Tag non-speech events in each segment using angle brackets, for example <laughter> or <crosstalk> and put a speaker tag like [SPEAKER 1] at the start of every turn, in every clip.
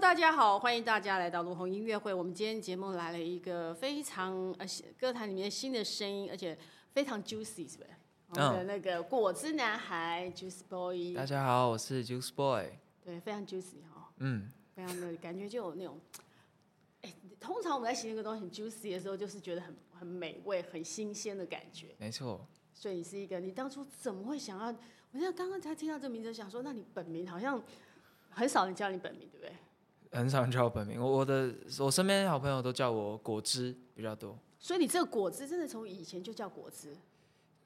[SPEAKER 1] 大家好，欢迎大家来到卢红音乐会。我们今天节目来了一个非常呃歌坛里面新的声音，而且非常 juicy，是不是？我们的那个果汁男孩 Juice Boy，
[SPEAKER 2] 大家好，我是 Juice Boy。
[SPEAKER 1] 对，非常 juicy 哈、
[SPEAKER 2] 嗯，
[SPEAKER 1] 非常的感觉就有那种，哎，通常我们在形容一个东西很 juicy 的时候，就是觉得很很美味、很新鲜的感觉。
[SPEAKER 2] 没错，
[SPEAKER 1] 所以你是一个，你当初怎么会想要？我现在刚刚才听到这名字，想说，那你本名好像很少人叫你本名，对不对？
[SPEAKER 2] 很少人叫我本名，我我的我身边好朋友都叫我果汁比较多，
[SPEAKER 1] 所以你这个果汁真的从以前就叫果汁。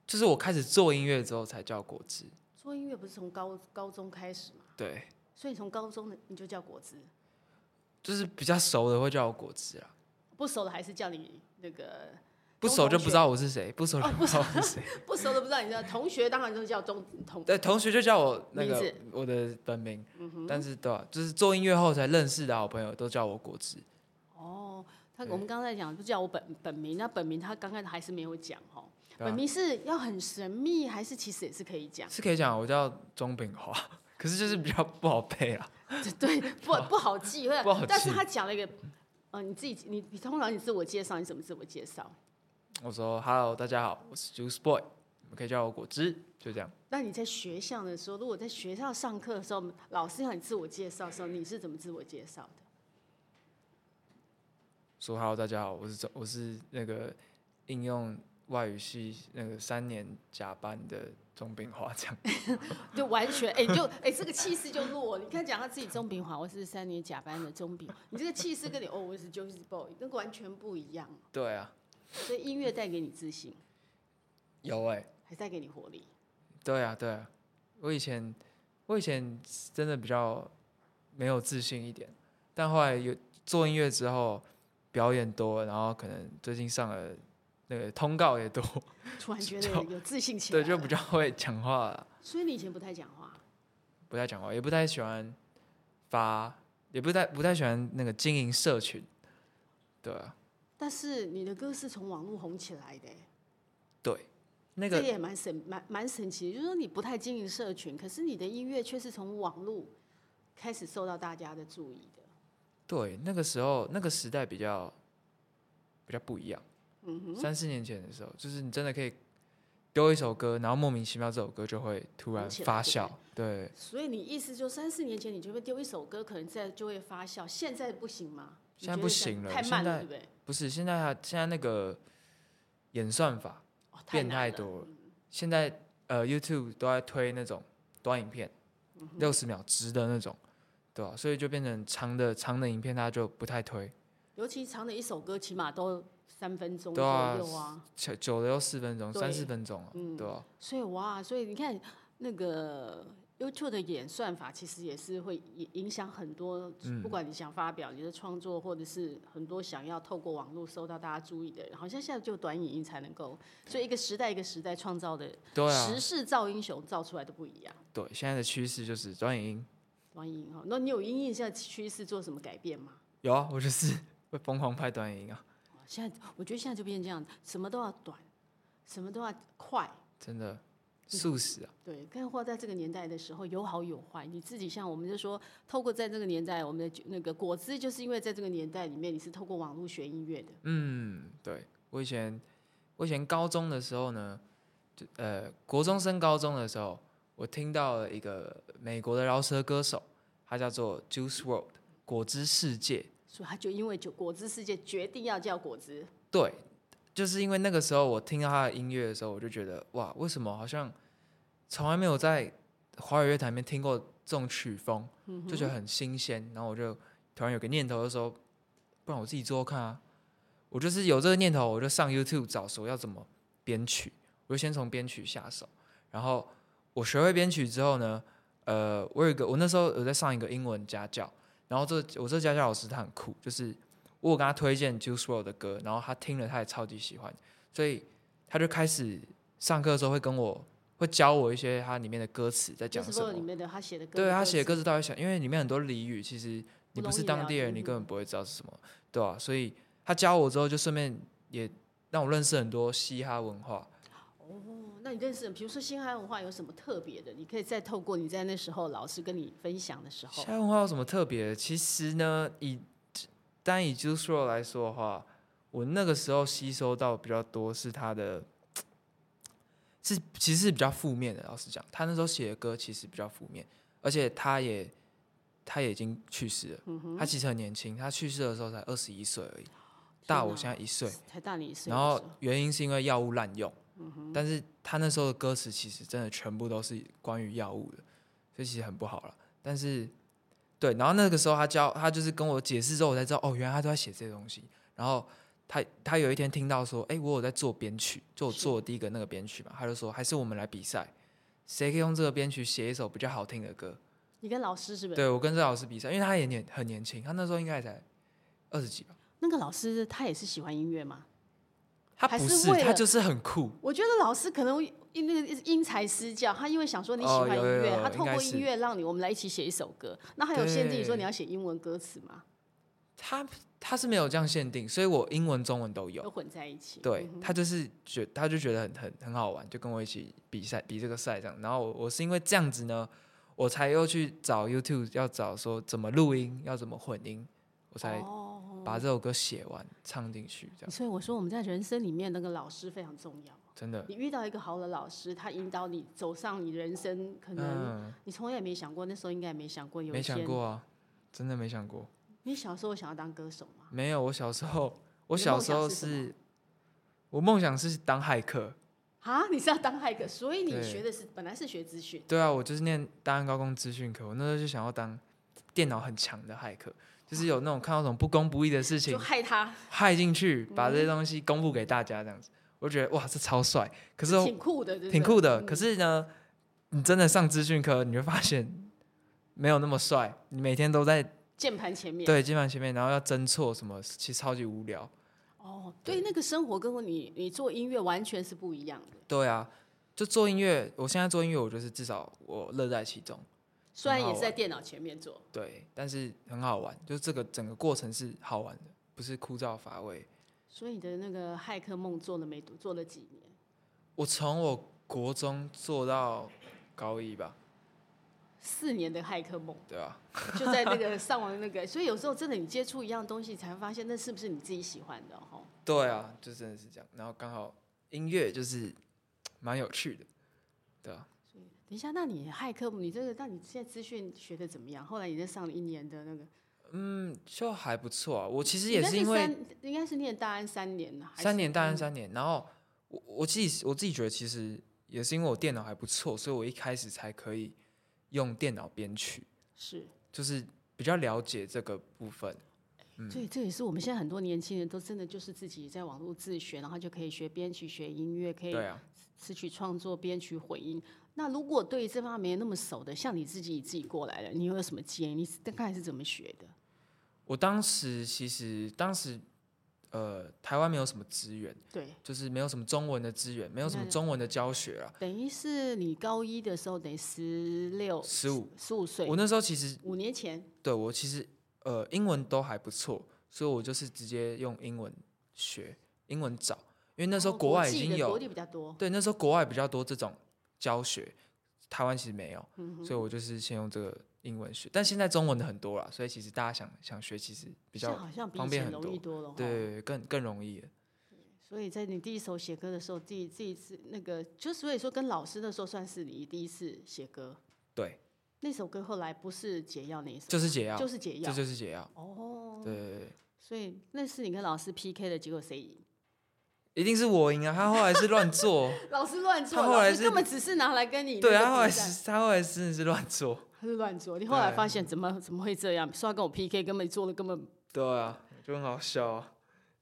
[SPEAKER 2] 就是我开始做音乐之后才叫果汁。
[SPEAKER 1] 做音乐不是从高高中开始嘛？
[SPEAKER 2] 对，
[SPEAKER 1] 所以你从高中的你就叫果汁，
[SPEAKER 2] 就是比较熟的会叫我果汁啊，
[SPEAKER 1] 不熟的还是叫你那个
[SPEAKER 2] 不熟就不知道我是谁，不熟就哦不知道我是谁。
[SPEAKER 1] 不熟的不知道你叫同学，当然都是叫中同。
[SPEAKER 2] 对，同学就叫我那
[SPEAKER 1] 名
[SPEAKER 2] 个
[SPEAKER 1] 字
[SPEAKER 2] 我的本名，但是对、啊，就是做音乐后才认识的好朋友都叫我果汁。
[SPEAKER 1] 哦，他我们刚才讲就叫我本本名，那本名他刚开始还是没有讲哦。
[SPEAKER 2] 对啊
[SPEAKER 1] 本名是要很神秘，还是其实也是可以讲？ <laughs>
[SPEAKER 2] 是可以讲我叫钟炳华，可是就是比较不好背啊。
[SPEAKER 1] 对，不不好记，会
[SPEAKER 2] 不好
[SPEAKER 1] 但是
[SPEAKER 2] 记
[SPEAKER 1] 他讲了一个，呃，你自己你你通常你自我介绍，你怎么自我介绍？
[SPEAKER 2] 我说 Hello，大家好，我是 Juice Boy，你们可以叫我果汁，就这样。
[SPEAKER 1] 那你在学校的时候，如果在学校上课的时候，老师让你自我介绍的时候，你是怎么自我介绍的？
[SPEAKER 2] 说 Hello，大家好，我是周，我是那个应用外语系那个三年甲班的钟炳华，这样 <laughs>
[SPEAKER 1] 就完全哎、就哎、这个气势就弱。你看讲他自己钟炳华，我是三年甲班的钟炳，你这个气势跟你哦我是 Juice Boy 那个完全不一样。
[SPEAKER 2] 对啊，
[SPEAKER 1] 所以音乐带给你自信，
[SPEAKER 2] 有哎、
[SPEAKER 1] 还带给你活力。
[SPEAKER 2] 对啊，对啊，我以前我以前真的比较没有自信一点，但后来有做音乐之后，表演多了，然后可能最近上了那个通告也多，
[SPEAKER 1] 突然觉得
[SPEAKER 2] 就
[SPEAKER 1] 有自信起来
[SPEAKER 2] 对，
[SPEAKER 1] 了。
[SPEAKER 2] 就比较会讲话了，
[SPEAKER 1] 所以你以前不太讲话，
[SPEAKER 2] 不太讲话，也不太喜欢发，也不太不太喜欢那个经营社群，对啊。
[SPEAKER 1] 但是你的歌是从网络红起来的、
[SPEAKER 2] 对，那
[SPEAKER 1] 这
[SPEAKER 2] 个
[SPEAKER 1] 也蛮神蛮蛮神奇的，就是说你不太经营社群，可是你的音乐却是从网络开始受到大家的注意的。
[SPEAKER 2] 对那个时候那个时代比较比较不一样。
[SPEAKER 1] 嗯
[SPEAKER 2] 三四年前的时候，就是你真的可以丢一首歌，然后莫名其妙这首歌就会突然
[SPEAKER 1] 红起来
[SPEAKER 2] 发
[SPEAKER 1] 对
[SPEAKER 2] 酵。对，
[SPEAKER 1] 所以你意思就三四年前你就会丢一首歌，可能在就会发酵，现在不行吗？
[SPEAKER 2] 现在不行
[SPEAKER 1] 你
[SPEAKER 2] 了
[SPEAKER 1] 觉得太慢了，对
[SPEAKER 2] 现
[SPEAKER 1] 不对？
[SPEAKER 2] 不是现在它现在那个演算法
[SPEAKER 1] 哦，
[SPEAKER 2] 变
[SPEAKER 1] 难
[SPEAKER 2] 太
[SPEAKER 1] 了
[SPEAKER 2] 多了，现在呃 YouTube 都在推那种短影片，
[SPEAKER 1] 嗯
[SPEAKER 2] 六十秒直的那种，对吧、啊所以就变成长的长的影片，它就不太推，
[SPEAKER 1] 尤其长的一首歌，起码都三分钟左
[SPEAKER 2] 对啊
[SPEAKER 1] 右啊。
[SPEAKER 2] 久久的要四分钟、三四
[SPEAKER 1] 对嗯
[SPEAKER 2] 分钟啊，对吧、
[SPEAKER 1] 所以哇，所以你看那个 YouTube 的演算法，其实也是会影影响很多，
[SPEAKER 2] 嗯
[SPEAKER 1] 不管你想发表你的创作，或者是很多想要透过网络受到大家注意的人，好像现在就短影音才能够，所以一个时代一个时代创造的
[SPEAKER 2] 对啊，
[SPEAKER 1] 时势造英雄，造出来的不一样。
[SPEAKER 2] 对，现在的趋势就是短影音。
[SPEAKER 1] 短影音哈，那你有因应现在趋势做什么改变吗？
[SPEAKER 2] 有啊，我就是会疯狂拍短影音啊，
[SPEAKER 1] 现在我觉得现在就变成这样，什么都要短，什么都要快。
[SPEAKER 2] 真的速食啊。
[SPEAKER 1] 对，干货在这个年代的时候有好有坏，你自己像我们就说，透过在这个年代，我们的那个果汁，就是因为在这个年代里面，你是透过网络学音乐的，
[SPEAKER 2] 嗯，对我以前我以前高中的时候呢，就呃国中升高中的时候，我听到了一个美国的饶舌歌手，他叫做 Juice World 果汁世界。
[SPEAKER 1] 所以他就因为就果汁世界决定要叫果汁，
[SPEAKER 2] 对，就是因为那个时候我听到他的音乐的时候，我就觉得哇，为什么好像从来没有在华语乐坛里面听过这种曲风，
[SPEAKER 1] 嗯
[SPEAKER 2] 就觉得很新鲜。然后我就突然有个念头的时候，不然我自己做做看啊。我就是有这个念头，我就上 YouTube 找说要怎么编曲，我就先从编曲下手。然后我学会编曲之后呢，呃，我有一个我那时候有在上一个英文家教，然后这我这家教老师他很酷，就是我有跟他推荐 Juice WRLD 的歌，然后他听了他也超级喜欢，所以他就开始上课的时候会跟我会教我一些他里面的歌词在
[SPEAKER 1] 就
[SPEAKER 2] 讲
[SPEAKER 1] 是
[SPEAKER 2] 什
[SPEAKER 1] 说里
[SPEAKER 2] 么。
[SPEAKER 1] 面的他写的歌，
[SPEAKER 2] 对他写的歌词到底想，因为里面很多俚语，其实你
[SPEAKER 1] 不
[SPEAKER 2] 不
[SPEAKER 1] 容
[SPEAKER 2] 是
[SPEAKER 1] 易
[SPEAKER 2] 当
[SPEAKER 1] 了
[SPEAKER 2] 地
[SPEAKER 1] 解
[SPEAKER 2] 人，你
[SPEAKER 1] 嗯
[SPEAKER 2] 根本不会知道是什么，对吧、所以他教我之后，就顺便也让我认识很多嘻哈文化。
[SPEAKER 1] 哦，那你认识的，比如说新海文化有什么特别的？你可以再透过你在那时候老师跟你分享的时候
[SPEAKER 2] 现，在文化有什么特别的？其实呢，以单以 Juice WRLD 来说的话，我那个时候吸收到比较多是他的，是其实是比较负面的。老实讲，他那时候写的歌其实比较负面，而且他也他也已经去世了。
[SPEAKER 1] 嗯
[SPEAKER 2] 他其实很年轻，他去世的时候才二十一岁而已，大我
[SPEAKER 1] 哪
[SPEAKER 2] 现在一岁。
[SPEAKER 1] 才大你一岁的
[SPEAKER 2] 然
[SPEAKER 1] 时候。嗯
[SPEAKER 2] 后原因是因为药物滥用，但是他那时候的歌词其实真的全部都是关于药物的，所以其实很不好了。但是对，然后那个时候他教他就是跟我解释之后，我才知道哦，原来他都在写这些东西。然后他他有一天听到说，哎、我有在做编曲，就我
[SPEAKER 1] 是
[SPEAKER 2] 做第一个那个编曲嘛，他就说还是我们来比赛，谁可以用这个编曲写一首比较好听的歌。
[SPEAKER 1] 你跟老师是不是？
[SPEAKER 2] 对我跟这老师比赛，因为他也年很年轻，他那时候应该才二十几吧。
[SPEAKER 1] 那个老师他也是喜欢音乐吗？
[SPEAKER 2] 他
[SPEAKER 1] 还
[SPEAKER 2] 不
[SPEAKER 1] 是
[SPEAKER 2] 是，
[SPEAKER 1] 为
[SPEAKER 2] 他
[SPEAKER 1] 了
[SPEAKER 2] 就是很酷。
[SPEAKER 1] 我觉得老师可能因那个因材施教，他因为想说你喜
[SPEAKER 2] 哦
[SPEAKER 1] 欢音
[SPEAKER 2] 有有
[SPEAKER 1] 乐，
[SPEAKER 2] 有
[SPEAKER 1] 他透
[SPEAKER 2] 应该
[SPEAKER 1] 过
[SPEAKER 2] 是
[SPEAKER 1] 音乐让你我们来一起写一首歌。那还有限定你说
[SPEAKER 2] 对
[SPEAKER 1] 你要写英文歌词吗？
[SPEAKER 2] 他他是没有这样限定，所以我英文、中文都有
[SPEAKER 1] 都。混在一起。
[SPEAKER 2] 对
[SPEAKER 1] 嗯哼
[SPEAKER 2] 他就是觉，他就觉得很很很好玩，就跟我一起比赛比这个赛这样。然后我我是因为这样子呢，我才又去找 YouTube 要找说怎么录音，要怎么混音，我才
[SPEAKER 1] 哦，
[SPEAKER 2] 把这首歌写完唱进去这样。
[SPEAKER 1] 所以我说我们在人生里面那个老师非常重要。
[SPEAKER 2] 真的，
[SPEAKER 1] 你遇到一个好的老师，他引导你走上你人生，可能
[SPEAKER 2] 嗯，
[SPEAKER 1] 你从来也没想过，那时候应该也没想过有一
[SPEAKER 2] 没想
[SPEAKER 1] 天。
[SPEAKER 2] 过啊，真的没想过。
[SPEAKER 1] 你小时候想要当歌手吗？
[SPEAKER 2] 没有，我小时候，我
[SPEAKER 1] 你的
[SPEAKER 2] 小
[SPEAKER 1] 梦
[SPEAKER 2] 时
[SPEAKER 1] 想
[SPEAKER 2] 候
[SPEAKER 1] 是什么
[SPEAKER 2] 是，我梦想是当骇客。
[SPEAKER 1] 啊， <laughs> 你是要当骇客，所以你
[SPEAKER 2] 对
[SPEAKER 1] 学的是本来是学资讯，
[SPEAKER 2] 对啊，我就是念大安高工资讯科，我那时候就想要当电脑很强的骇客，就是有那种看到那种不公不义的事
[SPEAKER 1] 就嗯
[SPEAKER 2] 情
[SPEAKER 1] 害他，
[SPEAKER 2] 害进去，把这些东西公布给大家这样子，我就觉得哇，这超帅，可是
[SPEAKER 1] 挺酷的，对不对
[SPEAKER 2] 挺酷的。
[SPEAKER 1] 嗯
[SPEAKER 2] 可是呢，你真的上资讯科，你会发现没有那么帅，你每天都在
[SPEAKER 1] 键盘前面。
[SPEAKER 2] 对键盘前面，然后要侦错什么，其实超级无聊。
[SPEAKER 1] 哦，对，那个生活跟你你做音乐完全是不一样的。
[SPEAKER 2] 对啊，就做音乐，我现在做音乐，我就是至少我乐在其中。
[SPEAKER 1] 虽然
[SPEAKER 2] 很好
[SPEAKER 1] 也是在电脑前面做，
[SPEAKER 2] 对，但是很好玩，就这个整个过程是好玩的，不是枯燥乏味。
[SPEAKER 1] 所以你的那个骇客梦做了没多？做了几年？
[SPEAKER 2] 我从我国中做到高一吧，
[SPEAKER 1] 四年的骇客梦，
[SPEAKER 2] 对吧、
[SPEAKER 1] 就在那 <laughs> 个上网那个。所以有时候真的，你接触一样东西，你才会发现那是不是你自己喜欢的哦。
[SPEAKER 2] 对啊，就真的是这样。然后刚好音乐就是蛮有趣的，对啊。
[SPEAKER 1] 等一下，那你骇客，你这个，那你现在资讯学的怎么样？后来你在上了一年的那个，
[SPEAKER 2] 嗯，就还不错啊。我其实
[SPEAKER 1] 应
[SPEAKER 2] 也
[SPEAKER 1] 该
[SPEAKER 2] 是因为
[SPEAKER 1] 三应该是念大安三年呢，还是嗯
[SPEAKER 2] 三年大安三年，然后我我自己我自己觉得其实也是因为我电脑还不错，所以我一开始才可以用电脑编曲，
[SPEAKER 1] 是。
[SPEAKER 2] 就是比较了解这个部分。嗯
[SPEAKER 1] 对，这也是我们现在很多年轻人都真的就是自己在网络自学，然后就可以学编曲、学音乐，可以
[SPEAKER 2] 对啊。
[SPEAKER 1] 词曲创作、编曲、混音。那如果对这方面没那么熟的，像你自己自己过来了，你有什么建议？你大概是怎么学的？
[SPEAKER 2] 我当时其实当时呃，台湾没有什么资源，
[SPEAKER 1] 对，
[SPEAKER 2] 就是没有什么中文的资源，没有什么
[SPEAKER 1] 那
[SPEAKER 2] 中文的教学啊。
[SPEAKER 1] 等于是你高一的时候，等于十六、
[SPEAKER 2] 十五，
[SPEAKER 1] 十五岁
[SPEAKER 2] 我，那时候其实
[SPEAKER 1] 五年前
[SPEAKER 2] 对我其实呃英文都还不错，所以我就是直接用英文学，英文找，因为那时候
[SPEAKER 1] 哦
[SPEAKER 2] 国外已
[SPEAKER 1] 际
[SPEAKER 2] 经
[SPEAKER 1] 的
[SPEAKER 2] 有
[SPEAKER 1] 国际比较多，
[SPEAKER 2] 对那时候国外比较多这种教学，台湾其实没有，
[SPEAKER 1] 嗯
[SPEAKER 2] 所以我就是先用这个英文学。但现在中文的很多了，所以其实大家想想学其实比
[SPEAKER 1] 现在
[SPEAKER 2] 较
[SPEAKER 1] 好像比以
[SPEAKER 2] 方便
[SPEAKER 1] 前
[SPEAKER 2] 很
[SPEAKER 1] 容易多了。，
[SPEAKER 2] 对更更容易了。
[SPEAKER 1] 所以在你第一首写歌的时候，第一第一次那个，就所以说跟老师那时候算是你第一次写歌。
[SPEAKER 2] 对，
[SPEAKER 1] 那首歌后来不是解药那一首，
[SPEAKER 2] 就是解药，
[SPEAKER 1] 就是解
[SPEAKER 2] 这
[SPEAKER 1] 药。
[SPEAKER 2] 就是解药。
[SPEAKER 1] 哦，
[SPEAKER 2] 对对对，
[SPEAKER 1] 所以那是你跟老师 PK 的结果，谁赢？
[SPEAKER 2] 一定是我赢啊！他后来是乱做，
[SPEAKER 1] <laughs> 老师乱做，
[SPEAKER 2] 他后来
[SPEAKER 1] 老师
[SPEAKER 2] 是
[SPEAKER 1] 根本只是拿来跟你
[SPEAKER 2] 对，
[SPEAKER 1] 那个
[SPEAKER 2] 他后来
[SPEAKER 1] 比赛
[SPEAKER 2] 是他后来真的是乱做，
[SPEAKER 1] 他是乱做。你后来
[SPEAKER 2] 对
[SPEAKER 1] 发现怎么怎么会这样？说要跟我 PK，根本做的根本
[SPEAKER 2] 对啊，就很好笑啊。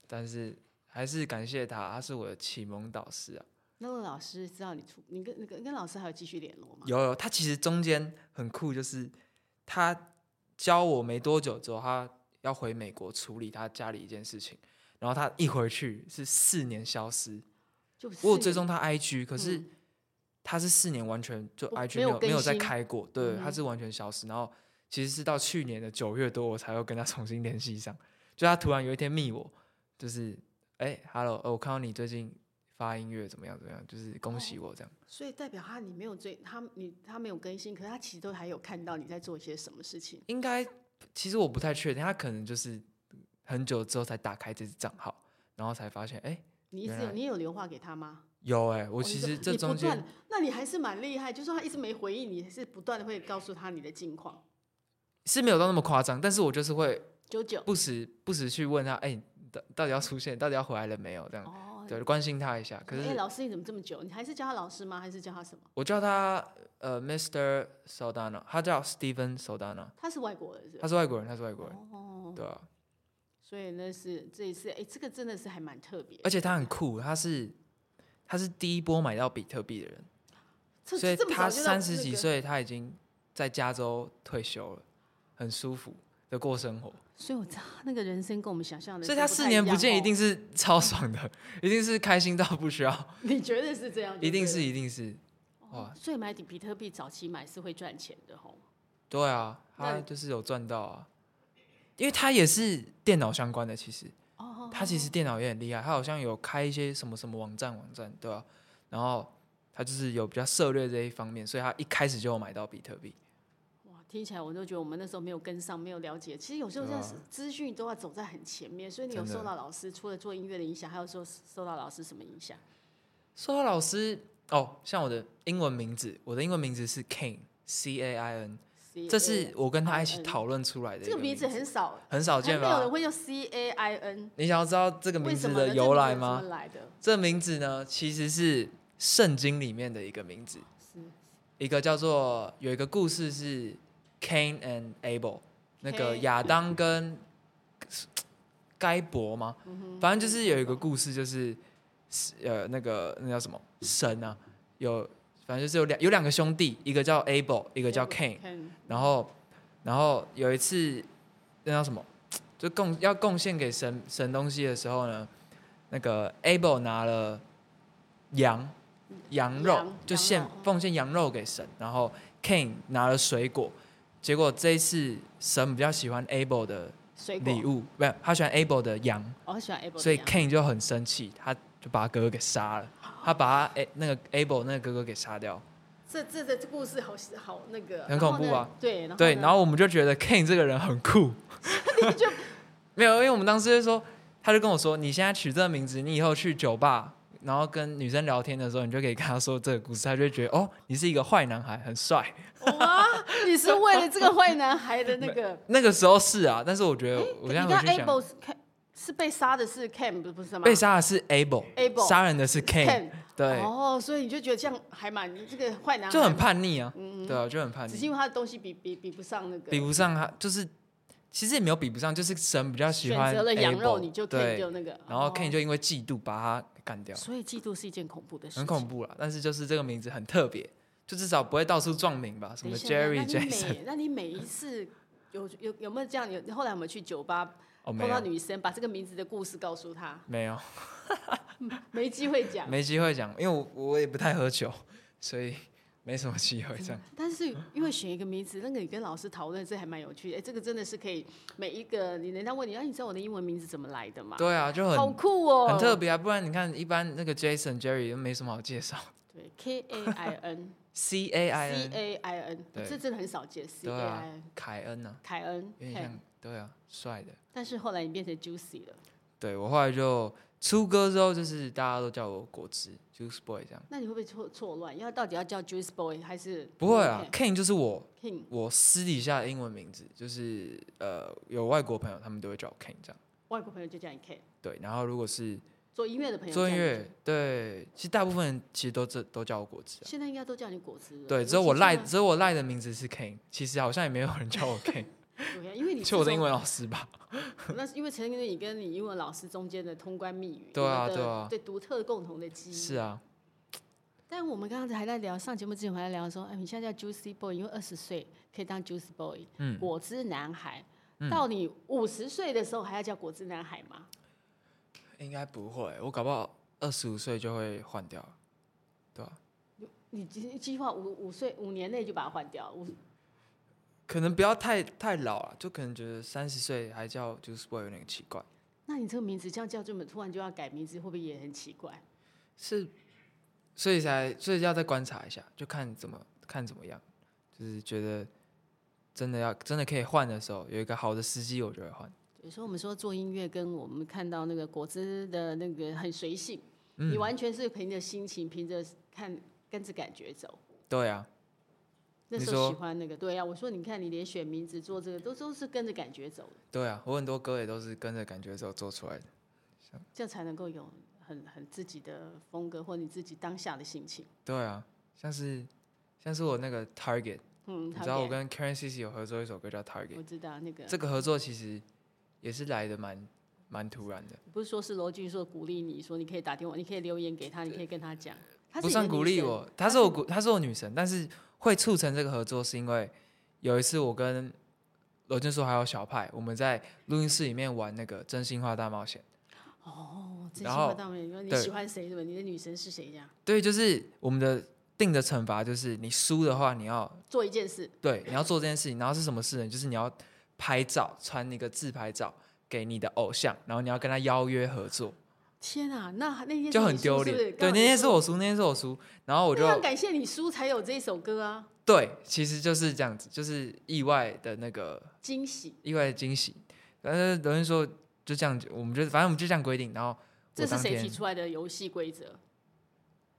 [SPEAKER 2] 但是还是感谢他，他是我的启蒙导师啊。
[SPEAKER 1] 那个老师知道你出，你跟那个跟老师还有继续联络吗？
[SPEAKER 2] 有有，他其实中间很酷，就是他教我没多久之后，他要回美国处理他家里一件事情，然后他一回去是四年消失。
[SPEAKER 1] 就
[SPEAKER 2] 我有
[SPEAKER 1] 四
[SPEAKER 2] 追
[SPEAKER 1] 年
[SPEAKER 2] 踪他 IG，可是
[SPEAKER 1] 嗯
[SPEAKER 2] 他是四年完全就
[SPEAKER 1] 不
[SPEAKER 2] IG
[SPEAKER 1] 没
[SPEAKER 2] 没
[SPEAKER 1] 有
[SPEAKER 2] 有没有
[SPEAKER 1] 更
[SPEAKER 2] 再
[SPEAKER 1] 新
[SPEAKER 2] 开过，对，他
[SPEAKER 1] 嗯
[SPEAKER 2] 是完全消失。然后其实是到去年的九月多，我才又跟他重新联系上。就他突然有一天密我，就是哎、h e l l o 呃我看到你最近发音乐怎么样怎么样，就是恭喜我这样。
[SPEAKER 1] 所以代表他你没有追他你他没有更新，可是他其实都还有看到你在做些什么事情。
[SPEAKER 2] 应该其实我不太确定，他可能就是很久之后才打开这只账号，然后才发现，哎、
[SPEAKER 1] 你一直
[SPEAKER 2] 原
[SPEAKER 1] 有
[SPEAKER 2] 来
[SPEAKER 1] 你有留话给他吗？
[SPEAKER 2] 有哎、我
[SPEAKER 1] 哦
[SPEAKER 2] 其
[SPEAKER 1] 你说
[SPEAKER 2] 实这
[SPEAKER 1] 你
[SPEAKER 2] 中
[SPEAKER 1] 不断
[SPEAKER 2] 间，
[SPEAKER 1] 那你还是蛮厉害，就算他一直没回应，你还是不断的会告诉他你的近况。
[SPEAKER 2] 是没有到那么夸张，但是我就是会
[SPEAKER 1] 九九
[SPEAKER 2] 不时不时去问他，哎、你到到底要出现，到底要回来了没有这样，
[SPEAKER 1] 哦，
[SPEAKER 2] 对，关心他一下。可
[SPEAKER 1] 哎、
[SPEAKER 2] 是
[SPEAKER 1] 老师你怎么这么久？你还是叫他老师吗？还是叫他什么？
[SPEAKER 2] 我叫他呃，Mr. Soldano，他叫 Steven Soldano，
[SPEAKER 1] 他是外国人是吧
[SPEAKER 2] 他是外国人，他是外国人，
[SPEAKER 1] 哦，
[SPEAKER 2] 对啊，
[SPEAKER 1] 所以那是这一次，哎、这个真的是还蛮特别。
[SPEAKER 2] 而且他很酷，他是他是第一波买到比特币的人，
[SPEAKER 1] 这
[SPEAKER 2] 所以
[SPEAKER 1] 这么
[SPEAKER 2] 他
[SPEAKER 1] 早就到
[SPEAKER 2] 三十
[SPEAKER 1] 那
[SPEAKER 2] 几
[SPEAKER 1] 个，
[SPEAKER 2] 岁，他已经在加州退休了，很舒服的过生活。
[SPEAKER 1] 所以我知道那个人生跟我们想象的，
[SPEAKER 2] 所以他四年不见，一定
[SPEAKER 1] 是，
[SPEAKER 2] 是超爽的， <laughs> 一定是开心到不需要，
[SPEAKER 1] <laughs> 你绝对是这样，
[SPEAKER 2] 一定
[SPEAKER 1] 就对
[SPEAKER 2] 是
[SPEAKER 1] 了。
[SPEAKER 2] 一定是，哇
[SPEAKER 1] 哦，所以买比特币早期买是会赚钱的吼。
[SPEAKER 2] 对啊，他
[SPEAKER 1] 那
[SPEAKER 2] 就是有赚到啊，因为他也是电脑相关的，其实
[SPEAKER 1] 哦，
[SPEAKER 2] 他其实电脑也很厉害，他好像有开一些什么什么网站网站，对吧、啊然后他就是有比较涉猎这一方面，所以他一开始就有买到比特币。
[SPEAKER 1] 哇，听起来我都觉得我们那时候没有跟上，没有了解。其实有时候这
[SPEAKER 2] 对啊
[SPEAKER 1] 样是资讯都要走在很前面，所以你有
[SPEAKER 2] 真的
[SPEAKER 1] 受到老师除了做音乐的影响，还有说受到老师什么影响？
[SPEAKER 2] 说到老师哦，像我的英文名字，我的英文名字是 Cain C A I N，这是
[SPEAKER 1] CAIN
[SPEAKER 2] 我跟他一起讨论出来的一
[SPEAKER 1] 嗯这个名
[SPEAKER 2] 名
[SPEAKER 1] 字很少，
[SPEAKER 2] 很少
[SPEAKER 1] 还
[SPEAKER 2] 见
[SPEAKER 1] 哎没有人
[SPEAKER 2] 吧？
[SPEAKER 1] 会用 C A I N，
[SPEAKER 2] 你想要知道这个
[SPEAKER 1] 为
[SPEAKER 2] 名
[SPEAKER 1] 什
[SPEAKER 2] 字
[SPEAKER 1] 么呢
[SPEAKER 2] 的由来
[SPEAKER 1] 这
[SPEAKER 2] 吗？
[SPEAKER 1] 个名字怎么来的？
[SPEAKER 2] 这名字呢，其实是圣经里面的一个名字，
[SPEAKER 1] 是
[SPEAKER 2] 一个叫做有一个故事是 Cain and Abel，那个
[SPEAKER 1] Cain
[SPEAKER 2] 亚当跟该伯吗？
[SPEAKER 1] 嗯
[SPEAKER 2] 反正就是有一个故事，就是是呃那个那叫什么神啊，有反正就是有两有两个兄弟，一个叫 Abel，一
[SPEAKER 1] 一
[SPEAKER 2] 个叫 Cain，然后然后有一次那叫什么，就贡要贡献给神神东西的时候呢，那个 Abel 拿了羊羊肉，
[SPEAKER 1] 羊
[SPEAKER 2] 就
[SPEAKER 1] 羊
[SPEAKER 2] 献
[SPEAKER 1] 肉嗯
[SPEAKER 2] 奉献羊肉给神，然后 Cain 拿了水果，结果这一次神比较喜欢 Abel 的
[SPEAKER 1] 水果
[SPEAKER 2] 礼，物，不是他喜欢 Abel 的羊，
[SPEAKER 1] 我很喜欢 Apple，
[SPEAKER 2] 所以 Cain 就很生气，他就把他哥哥给杀了，他把他哎那个 Abel 那个哥哥给杀掉。
[SPEAKER 1] 这这这这故事好好那个，
[SPEAKER 2] 很恐怖啊
[SPEAKER 1] 然后呢。对，然后
[SPEAKER 2] 对，
[SPEAKER 1] 呢
[SPEAKER 2] 然后我们就觉得 King 这个人
[SPEAKER 1] <laughs>
[SPEAKER 2] 很酷， <laughs> 没有，因为我们当时就说，他就跟我说，你现在取这个名字，你以后去酒吧，然后跟女生聊天的时候，你就可以跟她说这个故事，她就会觉得哦，你是一个坏男孩，很帅。
[SPEAKER 1] 哇，你是为了这个坏男孩的
[SPEAKER 2] <laughs>
[SPEAKER 1] 那个。
[SPEAKER 2] 那个时候是啊，但是我觉得我
[SPEAKER 1] 你
[SPEAKER 2] 现在
[SPEAKER 1] 看
[SPEAKER 2] 回去
[SPEAKER 1] Abel
[SPEAKER 2] 想，
[SPEAKER 1] 是 Cam- 是被杀的是 Cam 不不是吗？
[SPEAKER 2] 被杀的是 Abel，
[SPEAKER 1] Abel
[SPEAKER 2] 杀人的是 King，
[SPEAKER 1] Cam
[SPEAKER 2] 对，
[SPEAKER 1] 哦，所以你就觉得这样还蛮这个坏男孩
[SPEAKER 2] 就很
[SPEAKER 1] 嘛，
[SPEAKER 2] 叛逆啊，对啊，就很叛
[SPEAKER 1] 嗯只是
[SPEAKER 2] 逆，
[SPEAKER 1] 因为他的东西比比比不上那个，
[SPEAKER 2] 比不上他，就是其实也没有比不上，就是神比较喜
[SPEAKER 1] 选
[SPEAKER 2] 欢
[SPEAKER 1] 择了羊肉
[SPEAKER 2] Abel，
[SPEAKER 1] 你就 Cam
[SPEAKER 2] 对
[SPEAKER 1] 就，那个，
[SPEAKER 2] 然后
[SPEAKER 1] 哦
[SPEAKER 2] King 就因为嫉妒把他干掉。
[SPEAKER 1] 所以嫉妒是一件恐怖的事情，
[SPEAKER 2] 很恐怖啦，啊但是就是这个名字很特别，就至少不会到处撞名吧，什
[SPEAKER 1] 等
[SPEAKER 2] 么
[SPEAKER 1] 一下。啊那
[SPEAKER 2] Jerry
[SPEAKER 1] 你
[SPEAKER 2] Jason
[SPEAKER 1] 每那你每一次有有有没有这样？有后来我们去酒吧
[SPEAKER 2] 哦，没
[SPEAKER 1] 碰到
[SPEAKER 2] 有
[SPEAKER 1] 女生，把这个名字的故事告诉她，
[SPEAKER 2] 没有
[SPEAKER 1] 没机会讲。
[SPEAKER 2] 没机会讲，因为我我也不太喝酒， <laughs> 所以没什么机会这样。
[SPEAKER 1] <laughs> 但是因为选一个名字，那个你跟老师讨论，这还蛮有趣的。哎、这个真的是可以每一个你人家问你，哎、你知道我的英文名字怎么来的吗？
[SPEAKER 2] 对啊，就
[SPEAKER 1] 好
[SPEAKER 2] 很
[SPEAKER 1] 酷哦、
[SPEAKER 2] 很特别啊，不然你看一般那个 Jason Jerry 都没什么好介绍 <laughs>
[SPEAKER 1] 对，K A I N
[SPEAKER 2] ，C A I
[SPEAKER 1] C
[SPEAKER 2] N
[SPEAKER 1] A I N，
[SPEAKER 2] 对
[SPEAKER 1] 这真的很少见。C
[SPEAKER 2] 对
[SPEAKER 1] A
[SPEAKER 2] 啊
[SPEAKER 1] I N，
[SPEAKER 2] 凯恩啊，
[SPEAKER 1] 凯恩
[SPEAKER 2] 有点
[SPEAKER 1] Ken，
[SPEAKER 2] 像对啊，帅的。
[SPEAKER 1] 但是后来你变成 Juicy 了。
[SPEAKER 2] 对我后来就出歌之后，就是大家都叫我果汁 Juice Boy 这样，
[SPEAKER 1] 那你会不会错错乱？要到底要叫 Juice Boy 还是
[SPEAKER 2] 不会啊 k i n 就是我
[SPEAKER 1] King？
[SPEAKER 2] 我私底下的英文名字就是呃，有外国朋友他们都会叫我 King 这样。
[SPEAKER 1] 外国朋友就叫你 King，
[SPEAKER 2] 对，然后如果是
[SPEAKER 1] 做音乐的朋友
[SPEAKER 2] 做音
[SPEAKER 1] 叫你
[SPEAKER 2] 乐
[SPEAKER 1] King，，
[SPEAKER 2] 对，其实大部分人其实都这都叫我果汁、啊。
[SPEAKER 1] 现在应该都叫你果汁了。
[SPEAKER 2] 对，
[SPEAKER 1] 尤
[SPEAKER 2] 只有
[SPEAKER 1] 其
[SPEAKER 2] 我
[SPEAKER 1] 现
[SPEAKER 2] 赖，
[SPEAKER 1] 在
[SPEAKER 2] 只有我赖的名字是 King，其实好像也没有人叫我 King，
[SPEAKER 1] <laughs> 对啊因为你
[SPEAKER 2] 就我
[SPEAKER 1] 自
[SPEAKER 2] 的
[SPEAKER 1] 从
[SPEAKER 2] 英文老师吧。
[SPEAKER 1] 那是因为陈经你跟你英文老师中间的通关密语，
[SPEAKER 2] 对啊
[SPEAKER 1] 你们的
[SPEAKER 2] 对啊
[SPEAKER 1] 对独特共同的记忆。
[SPEAKER 2] 是啊，
[SPEAKER 1] 但我们刚刚还在聊，上节目之前还在聊说，哎，你现在叫 Juicy Boy，因为二十岁可以当 Juicy Boy，
[SPEAKER 2] 嗯
[SPEAKER 1] 果汁男孩。到你五十岁的时候还要叫果汁男孩吗？
[SPEAKER 2] 应该不会，我搞不好二十五岁就会换掉了，对啊？
[SPEAKER 1] 你计计划五五岁五年内就把它换掉，五
[SPEAKER 2] 可能不要太太老了，就可能觉得三十岁还叫 Juice Boy 有点奇怪。
[SPEAKER 1] 那你这个名字这样叫这么突然就要改名字，会不会也很奇怪？
[SPEAKER 2] 是，所以才所以要再观察一下，就看怎么看怎么样，就是觉得真的要真的可以换的时候，有一个好的时机，我就会换。
[SPEAKER 1] 有时候我们说做音乐，跟我们看到那个果汁的那个很随性，
[SPEAKER 2] 嗯
[SPEAKER 1] 你完全是凭着心情，凭着看跟着感觉走。
[SPEAKER 2] 对啊，
[SPEAKER 1] 那
[SPEAKER 2] 你
[SPEAKER 1] 时候
[SPEAKER 2] 说
[SPEAKER 1] 喜欢那个，对啊，我说你看你连选名字做这个都都是跟着感觉走的，
[SPEAKER 2] 对啊，我很多歌也都是跟着感觉走做出来的。
[SPEAKER 1] 这样才能够有很很自己的风格或你自己当下的心情。
[SPEAKER 2] 对啊，像是像是我那个 Target，
[SPEAKER 1] 嗯，
[SPEAKER 2] 你
[SPEAKER 1] 他
[SPEAKER 2] 知道我跟 Karen C C 有合作一首歌叫 Target，
[SPEAKER 1] 我知道那个，
[SPEAKER 2] 这个合作其实也是来的蛮蛮突然的，
[SPEAKER 1] 不是说是罗俊说鼓励你说你可以打电话，你可以留言给他，你可以跟他讲，他是
[SPEAKER 2] 不
[SPEAKER 1] 你的
[SPEAKER 2] 算
[SPEAKER 1] 女
[SPEAKER 2] 鼓励
[SPEAKER 1] 神，
[SPEAKER 2] 我，她
[SPEAKER 1] 她
[SPEAKER 2] 是
[SPEAKER 1] 是
[SPEAKER 2] 我鼓，她是我女神，但是会促成这个合作是因为有一次我跟罗振硕还有小派，我们在录音室里面玩那个真心话大冒险，
[SPEAKER 1] 哦，真心
[SPEAKER 2] 然
[SPEAKER 1] 话
[SPEAKER 2] 后
[SPEAKER 1] 大冒险，你说你
[SPEAKER 2] 对
[SPEAKER 1] 喜欢谁对吧？你的女神是谁这样？
[SPEAKER 2] 对，就是我们的定的惩罚就是你输的话你要
[SPEAKER 1] 做一件事，
[SPEAKER 2] 对，你要做这件事情，然后是什么事呢？就是你要拍照，传一个自拍照给你的偶像，然后你要跟他邀约合作，
[SPEAKER 1] 天啊，那那天
[SPEAKER 2] 就是很
[SPEAKER 1] 你输
[SPEAKER 2] 丢
[SPEAKER 1] 是
[SPEAKER 2] 脸
[SPEAKER 1] 不是。刚
[SPEAKER 2] 对，
[SPEAKER 1] 好
[SPEAKER 2] 那
[SPEAKER 1] 你
[SPEAKER 2] 天
[SPEAKER 1] 输
[SPEAKER 2] 是我输，那天是我输，然后我就
[SPEAKER 1] 那要感谢你输才有这首歌啊，
[SPEAKER 2] 对，其实就是这样子，就是意外的那个
[SPEAKER 1] 惊喜。
[SPEAKER 2] 意外的惊喜。但是有人说就这样，我们就反正我们就这样规定，然后
[SPEAKER 1] 这
[SPEAKER 2] 我
[SPEAKER 1] 是
[SPEAKER 2] 当
[SPEAKER 1] 谁提
[SPEAKER 2] 天
[SPEAKER 1] 出来的游戏规则？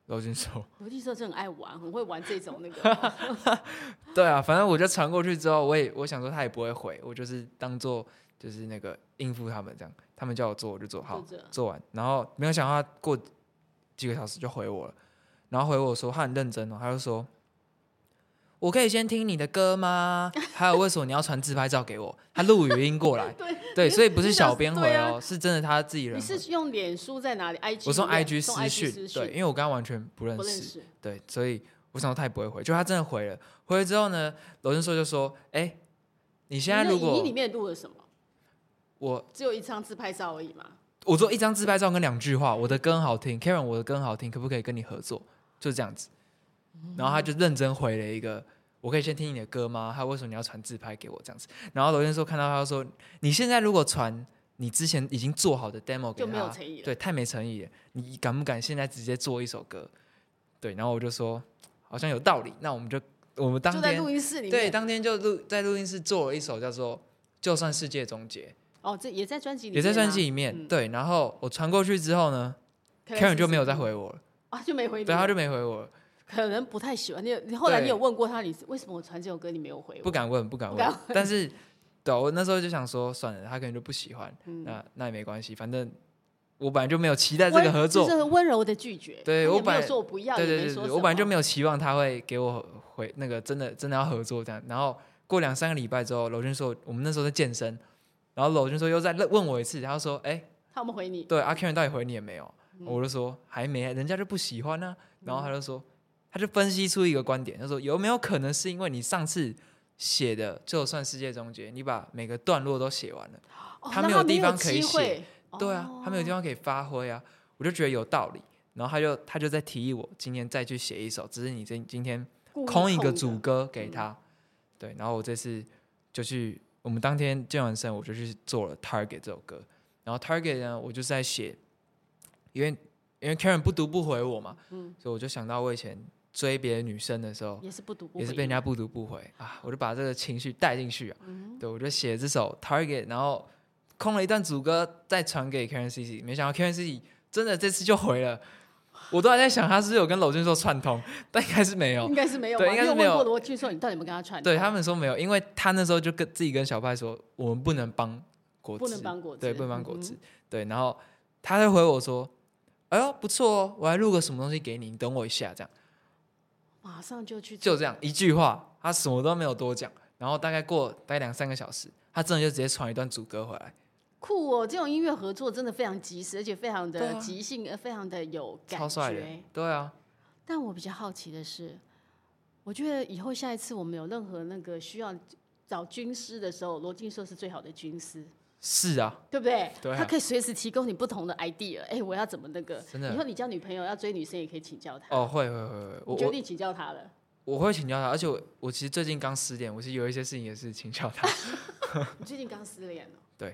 [SPEAKER 2] 罗俊说， <laughs>
[SPEAKER 1] 我弟说真的很爱玩，很会玩这种那个。
[SPEAKER 2] 对啊，反正我就传过去之后，我也我想说他也不会回，我就是当做就是那个应付他们这样，他们叫我做我就做 <laughs> 好
[SPEAKER 1] 就，这样
[SPEAKER 2] 做完，然后没有想到他过几个小时就回我了，然后回我说他很认真哦，他就说我可以先听你的歌
[SPEAKER 1] <laughs>
[SPEAKER 2] 吗？还有为什么你要传自拍照给我？他录语音过来，
[SPEAKER 1] <laughs> 对，
[SPEAKER 2] 对，
[SPEAKER 1] 你
[SPEAKER 2] 所以不是小编
[SPEAKER 1] 你
[SPEAKER 2] 回
[SPEAKER 1] 想
[SPEAKER 2] 哦，是真的他自己人
[SPEAKER 1] 你
[SPEAKER 2] 回。
[SPEAKER 1] 是用脸书在哪里？IG
[SPEAKER 2] 我送
[SPEAKER 1] 对不对
[SPEAKER 2] IG
[SPEAKER 1] 送
[SPEAKER 2] 私
[SPEAKER 1] IG
[SPEAKER 2] 讯，对，因为我刚刚完全不认
[SPEAKER 1] 不认
[SPEAKER 2] 识，
[SPEAKER 1] 识。
[SPEAKER 2] 对，所以我想说他也不会回，就他真的回了，回了之后呢，罗振硕就说，哎，你现在
[SPEAKER 1] 你那
[SPEAKER 2] 如
[SPEAKER 1] 影音里
[SPEAKER 2] 果
[SPEAKER 1] 面录了什么？
[SPEAKER 2] 我
[SPEAKER 1] 只有一张自拍照而已嘛。
[SPEAKER 2] 我做一张自拍照跟两句话，我的歌很好听，Karen 我的歌很好听，可不可以跟你合作？就这样子。
[SPEAKER 1] 嗯
[SPEAKER 2] 然后他就认真回了一个，我可以先听你的歌吗？他为什么你要传自拍给我这样子？然后罗先说看到他就说，你现在如果传你之前已经做好的 demo 给
[SPEAKER 1] 就
[SPEAKER 2] 他，
[SPEAKER 1] 没有诚意了
[SPEAKER 2] 对，太没诚意了。你敢不敢现在直接做一首歌？对，然后我就说好像有道理，那我们就我们当
[SPEAKER 1] 就在
[SPEAKER 2] 天
[SPEAKER 1] 录音室里面。
[SPEAKER 2] 对当天就录在录音室做了一首叫做《就算世界终结》。
[SPEAKER 1] 哦，这也在专辑里
[SPEAKER 2] 也
[SPEAKER 1] 面啊，
[SPEAKER 2] 在专辑里面。
[SPEAKER 1] 嗯
[SPEAKER 2] 对，然后我传过去之后呢
[SPEAKER 1] 可能
[SPEAKER 2] ，Karen
[SPEAKER 1] 是
[SPEAKER 2] 就没有再回我了，
[SPEAKER 1] 啊，就没回你。
[SPEAKER 2] 对，他就没回我了，
[SPEAKER 1] 可能不太喜欢你。你后来
[SPEAKER 2] 对
[SPEAKER 1] 你有问过他，你为什么我传这首歌你没有回
[SPEAKER 2] 不
[SPEAKER 1] 我？
[SPEAKER 2] 敢问，不敢
[SPEAKER 1] 不
[SPEAKER 2] 问。
[SPEAKER 1] 敢
[SPEAKER 2] 但是，对我那时候就想说，算了，他可能就不喜欢，
[SPEAKER 1] 嗯
[SPEAKER 2] 那那也没关系，反正我本来就没有期待这
[SPEAKER 1] 温
[SPEAKER 2] 个合作
[SPEAKER 1] 就，是温柔的拒绝。
[SPEAKER 2] 对
[SPEAKER 1] 他
[SPEAKER 2] 我
[SPEAKER 1] 也没
[SPEAKER 2] 本
[SPEAKER 1] 有
[SPEAKER 2] 来
[SPEAKER 1] 说我不要，
[SPEAKER 2] 对
[SPEAKER 1] 也
[SPEAKER 2] 对
[SPEAKER 1] 没
[SPEAKER 2] 对
[SPEAKER 1] 说
[SPEAKER 2] 对，
[SPEAKER 1] 什
[SPEAKER 2] 我本来就
[SPEAKER 1] 么
[SPEAKER 2] 没有期望他会给我回那个真的真的要合作这样。然后过两三个礼拜之后，娄俊说我们那时候在健身，然后娄俊说又再问我一次，他就说，哎、
[SPEAKER 1] 他有没有回你。
[SPEAKER 2] 对，阿 Karen 到底回你也没有？
[SPEAKER 1] 嗯
[SPEAKER 2] 我就说还没，啊人家就不喜欢呢、然后他就说，他就分析出一个观点，他说有没有可能是因为你上次写的就算世界终结，你把每个段落都写完了，
[SPEAKER 1] 哦
[SPEAKER 2] 他
[SPEAKER 1] 那
[SPEAKER 2] 没有
[SPEAKER 1] 有
[SPEAKER 2] 地方可
[SPEAKER 1] 机
[SPEAKER 2] 以写
[SPEAKER 1] 会。
[SPEAKER 2] 对啊，他没
[SPEAKER 1] 哦
[SPEAKER 2] 有地方可以发挥啊，我就觉得有道理。然后他就他就在提议我今天再去写一首，只是你今今天
[SPEAKER 1] 哦故意
[SPEAKER 2] 空一个
[SPEAKER 1] 的嗯
[SPEAKER 2] 主歌给他，对，然后我这次就去，我们当天健完身我就去做了 Target 这首歌，然后 Target 呢，我就是在写，因为因为 Karen 不读不回我嘛，
[SPEAKER 1] 嗯
[SPEAKER 2] 所以我就想到我以前追别的女生的时候，
[SPEAKER 1] 也是不读不
[SPEAKER 2] 也是
[SPEAKER 1] 回
[SPEAKER 2] 被人
[SPEAKER 1] 应
[SPEAKER 2] 家不读不回啊，我就把这个情绪带进去啊，
[SPEAKER 1] 嗯
[SPEAKER 2] 对，我就写这首 Target，然后空了一段主歌，再传给 Karen C C，没想到 Karen C C 真的这次就回了，我都还在想他是不是有跟娄俊硕串通，但应该是没有
[SPEAKER 1] 应，该是没有吧，
[SPEAKER 2] 对应该是
[SPEAKER 1] 你
[SPEAKER 2] 没有
[SPEAKER 1] 问过罗俊硕，你到底有没有跟他串通？
[SPEAKER 2] 对他们说没有，因为他那时候就跟自己跟小派说，我们不能帮果汁，
[SPEAKER 1] 不能帮果汁
[SPEAKER 2] 对，不能帮果汁，
[SPEAKER 1] 嗯
[SPEAKER 2] 对，然后他就回我说，哎呦不错哦，我还录个什么东西给你，你等我一下，这样
[SPEAKER 1] 马上就去
[SPEAKER 2] 就
[SPEAKER 1] 做。
[SPEAKER 2] 这样一句话，他什么都没有多讲，然后大概过大概两三个小时，他真的就直接传一段主歌回来，
[SPEAKER 1] 酷哦！这种音乐合作真的非常及时，而且非常
[SPEAKER 2] 对
[SPEAKER 1] 的
[SPEAKER 2] 啊
[SPEAKER 1] 即兴，呃，非常的有感
[SPEAKER 2] 超帅的
[SPEAKER 1] 觉。，
[SPEAKER 2] 对啊，
[SPEAKER 1] 但我比较好奇的是，我觉得以后下一次我们有任何那个需要找军师的时候，罗俊硕是最好的军师，
[SPEAKER 2] 是啊，
[SPEAKER 1] 对不对？
[SPEAKER 2] 对啊
[SPEAKER 1] 他可以随时提供你不同的 idea。哎，我要怎么那个？
[SPEAKER 2] 真的
[SPEAKER 1] 以后你交女朋友要追女生也可以请教他。
[SPEAKER 2] 哦会会会会，我
[SPEAKER 1] 你决
[SPEAKER 2] 我
[SPEAKER 1] 定请教他了。
[SPEAKER 2] 我会请教他，而且我我其实最近刚失恋，我是有一些事情也是请教
[SPEAKER 1] <laughs>
[SPEAKER 2] 他，
[SPEAKER 1] 你最近刚失恋了？哦
[SPEAKER 2] 对，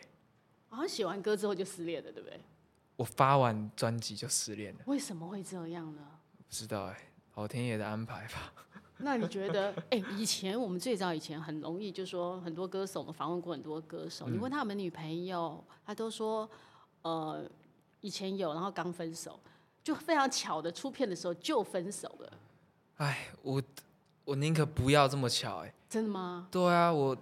[SPEAKER 1] 好像写完歌之后就失恋了，对不对？
[SPEAKER 2] 我发完专辑就失恋了，
[SPEAKER 1] 为什么会这样呢？
[SPEAKER 2] 不知道哎、老天爷的安排吧。 <laughs>
[SPEAKER 1] 那你觉得，哎、以前我们最早以前很容易就说很多歌手，我们访问过很多歌手，
[SPEAKER 2] 嗯
[SPEAKER 1] 你问他们女朋友，他都说，呃，以前有，然后刚分手，就非常巧的出片的时候就分手了，
[SPEAKER 2] 哎，我我宁可不要这么巧哎、
[SPEAKER 1] 真的吗？
[SPEAKER 2] 对啊，我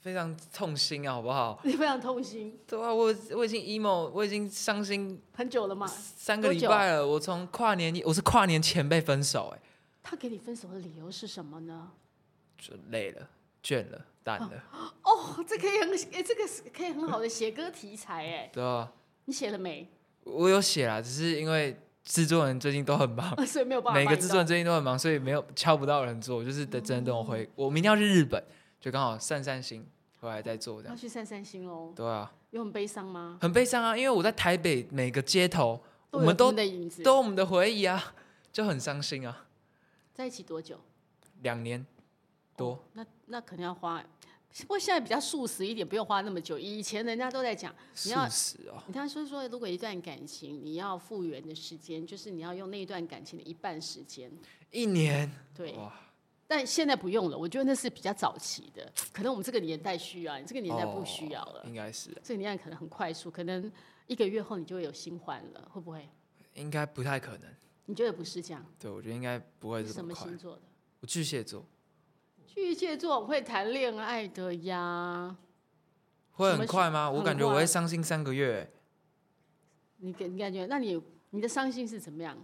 [SPEAKER 2] 非常痛心啊，好不好？
[SPEAKER 1] 你非常痛心，
[SPEAKER 2] 对啊，我我已经 emo，我已经伤心
[SPEAKER 1] 很久了嘛。
[SPEAKER 2] 三个
[SPEAKER 1] 多
[SPEAKER 2] 礼
[SPEAKER 1] 久啊
[SPEAKER 2] 拜了。我从跨年，我是跨年前被分手、哎，
[SPEAKER 1] 他给你分手的理由是什么呢？
[SPEAKER 2] 就累了、倦了、淡了，
[SPEAKER 1] 哦，这可以很，哎、这个是可以很好的写歌题材，哎，
[SPEAKER 2] 对啊，
[SPEAKER 1] 你写了没？
[SPEAKER 2] 我有写啦，只是因为制作人最近都很忙，
[SPEAKER 1] <laughs> 所以没有办法
[SPEAKER 2] 啊 <laughs> 每
[SPEAKER 1] 帮
[SPEAKER 2] 个
[SPEAKER 1] 你
[SPEAKER 2] 制
[SPEAKER 1] 弄
[SPEAKER 2] 作人最近都很忙，所以没有敲不到人做，我就是得真的等我
[SPEAKER 1] 嗯
[SPEAKER 2] 回，我明天要去日本，就刚好散散心，回来再做这
[SPEAKER 1] 要
[SPEAKER 2] 样。
[SPEAKER 1] 去散散心喽，
[SPEAKER 2] 对啊，
[SPEAKER 1] 有很悲伤吗？
[SPEAKER 2] 很悲伤啊，因为我在台北每个街头，我
[SPEAKER 1] 有
[SPEAKER 2] 们
[SPEAKER 1] 他
[SPEAKER 2] 都
[SPEAKER 1] 们的影子，
[SPEAKER 2] 都有我们的回忆啊，就很伤心啊。
[SPEAKER 1] 在一起多久？
[SPEAKER 2] 两年多，
[SPEAKER 1] 那那可能要花，不过现在比较速食一点，不用花那么久。以前人家都在讲，你
[SPEAKER 2] 素
[SPEAKER 1] 要
[SPEAKER 2] 食哦，
[SPEAKER 1] 你看说说，如果一段感情你要复原的时间，就是你要用那一段感情的一半时间。
[SPEAKER 2] 一年
[SPEAKER 1] 对，
[SPEAKER 2] 哇，
[SPEAKER 1] 但现在不用了，我觉得那是比较早期的，可能我们这个年代需要，你这个年代不需要了。
[SPEAKER 2] 哦应该是
[SPEAKER 1] 这个年代可能很快速，可能一个月后你就会有新欢了，会不会？
[SPEAKER 2] 应该不太可能。
[SPEAKER 1] 你觉得不是这样？
[SPEAKER 2] 对，我觉得应该不会
[SPEAKER 1] 你是
[SPEAKER 2] 这
[SPEAKER 1] 什么
[SPEAKER 2] 快
[SPEAKER 1] 星。座的？
[SPEAKER 2] 我巨蟹座
[SPEAKER 1] 巨蟹座会谈恋爱的呀。
[SPEAKER 2] 会
[SPEAKER 1] 什么
[SPEAKER 2] 很快吗？
[SPEAKER 1] 星
[SPEAKER 2] 我感觉
[SPEAKER 1] 很
[SPEAKER 2] 我
[SPEAKER 1] 快
[SPEAKER 2] 会伤心三个月。
[SPEAKER 1] 你感你感觉，那你你的伤心是怎么样？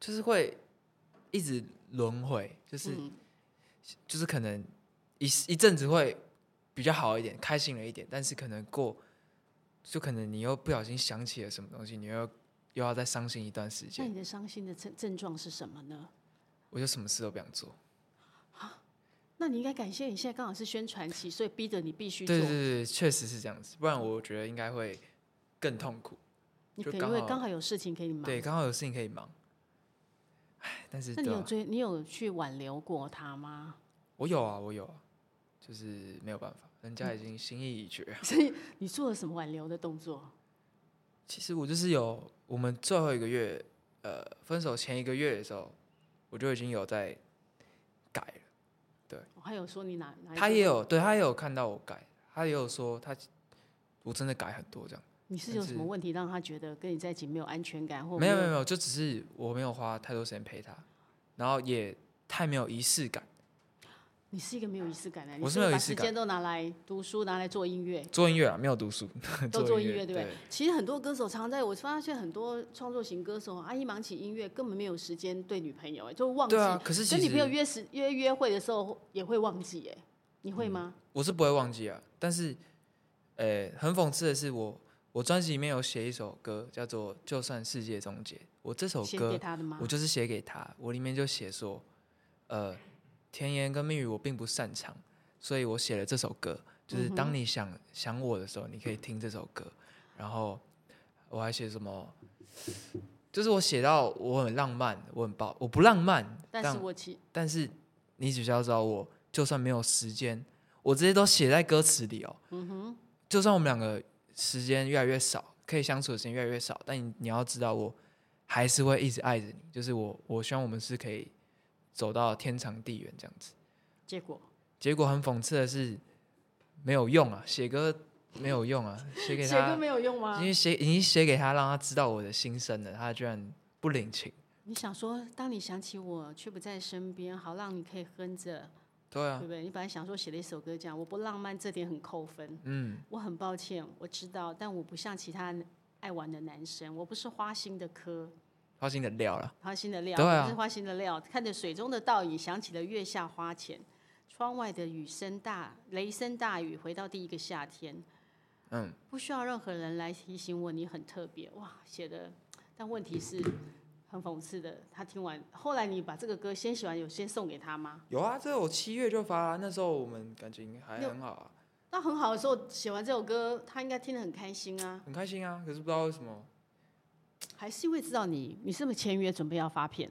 [SPEAKER 2] 就是会一直轮回，就是、
[SPEAKER 1] 嗯
[SPEAKER 2] 就是可能一一阵子会比较好一点，开心了一点，但是可能过就可能你又不小心想起了什么东西，你又又要再伤心一段时
[SPEAKER 1] 那
[SPEAKER 2] 间，
[SPEAKER 1] 你的伤心的症症状是什么呢？
[SPEAKER 2] 我就什么事都不想做。
[SPEAKER 1] 那你应该感谢你现在刚好是宣传期，所以逼着你必须做。
[SPEAKER 2] 对对对，确实是这样子，不然我觉得应该会更痛苦。
[SPEAKER 1] 你
[SPEAKER 2] 就
[SPEAKER 1] 可
[SPEAKER 2] 刚
[SPEAKER 1] 能会
[SPEAKER 2] 好
[SPEAKER 1] 刚好有事情给你忙。
[SPEAKER 2] 对，刚好有事情可以忙。唉，但是
[SPEAKER 1] 那你
[SPEAKER 2] 对啊
[SPEAKER 1] 有追，你有去挽留过他吗？ <laughs>
[SPEAKER 2] 我有啊，我有啊，就是没有办法，人家已经心意已决。
[SPEAKER 1] 所以你做了什么挽留的动作？
[SPEAKER 2] 其实我就是有，我们最后一个月，呃，分手前一个月的时候，我就已经有在改了。
[SPEAKER 1] 我还有说你哪哪一
[SPEAKER 2] 他
[SPEAKER 1] 个
[SPEAKER 2] 也有，对他也有看到我改，他也有说他我真的改很多这样。
[SPEAKER 1] 你是
[SPEAKER 2] 但
[SPEAKER 1] 有什么
[SPEAKER 2] 是
[SPEAKER 1] 问题让他觉得跟你在一起没有安全感，或
[SPEAKER 2] 没有没
[SPEAKER 1] 有
[SPEAKER 2] 有没有，就只是我没有花太多时间陪他，然后也太没有仪式感。
[SPEAKER 1] 你是一个没有仪式感的人，
[SPEAKER 2] 我
[SPEAKER 1] 你
[SPEAKER 2] 是没有
[SPEAKER 1] 把
[SPEAKER 2] 仪式
[SPEAKER 1] 时
[SPEAKER 2] 感
[SPEAKER 1] 间都拿来读书，拿
[SPEAKER 2] <laughs>
[SPEAKER 1] 来做音乐。
[SPEAKER 2] 做音乐啊，没有读书， <laughs>
[SPEAKER 1] 都做
[SPEAKER 2] 做
[SPEAKER 1] 音乐，
[SPEAKER 2] 乐
[SPEAKER 1] 对不对？其实很多歌手常常在我发现很多创作型歌手啊，一忙起音乐根本没有时间对女朋友，哎，就忘记。
[SPEAKER 2] 对啊，可是其
[SPEAKER 1] 跟女朋友
[SPEAKER 2] 实
[SPEAKER 1] 约时约约会的时候也会忘记，哎，你会吗？
[SPEAKER 2] 我是不会忘记啊，但是，呃，很讽刺的是我。我专辑里面有写一首歌，叫做《就算世界终结》。我这首
[SPEAKER 1] 写
[SPEAKER 2] 歌
[SPEAKER 1] 给他的吗
[SPEAKER 2] 我？就是写给他，我里面就写说，呃，甜言跟蜜语我并不擅长，所以我写了这首歌，
[SPEAKER 1] 嗯
[SPEAKER 2] 就是当你想、想我的时候，你可以听这首歌。然后我还写什么，就是我写到我很浪漫，我很暴，我不浪漫，但
[SPEAKER 1] 但是我其
[SPEAKER 2] 但是你只需要知道我，就算没有时间，我这些都写在歌词里哦。嗯哼，就算我们两个时间越来越少，可以相处的时间越来越少，但你你要知道，我还是会一直爱着你。就是我，我希望我们是可以走到天长地远这样子。
[SPEAKER 1] 结果
[SPEAKER 2] 结果很讽刺的是，没有用啊，写歌没有
[SPEAKER 1] <laughs>
[SPEAKER 2] 用啊，写给
[SPEAKER 1] 写歌
[SPEAKER 2] 他，
[SPEAKER 1] 没有用啊吗
[SPEAKER 2] 因？为写已经写给他，让他知道我的心声了，他居然不领情。
[SPEAKER 1] 你想说，当你想起我却不在身边，好让你可以哼着，
[SPEAKER 2] 对
[SPEAKER 1] 对
[SPEAKER 2] 啊，
[SPEAKER 1] 不对？你本来想说写了一首歌这样，我不浪漫这点很扣分。
[SPEAKER 2] 嗯，
[SPEAKER 1] 我很抱歉，我知道，但我不像其他爱玩的男生，我不是花心的科。
[SPEAKER 2] 花心的料了，
[SPEAKER 1] 花心的料，
[SPEAKER 2] 对啊
[SPEAKER 1] 不是花心的料。看着水中的倒影，想起了月下花前，窗外的雨声大，雷声大雨，回到第一个夏天。
[SPEAKER 2] 嗯，
[SPEAKER 1] 不需要任何人来提醒我，你很特别。哇，写的，但问题是很讽刺的。他听完，后来你把这个歌先写完，有先送给他吗？
[SPEAKER 2] 有啊，这我七月就发、那时候我们感情还很好啊，
[SPEAKER 1] 那很好的时候，写完这首歌，他应该听得很开心啊。
[SPEAKER 2] 很开心啊。可是不知道为什么，
[SPEAKER 1] 还是因为知道你，你是不是签约准备要发片？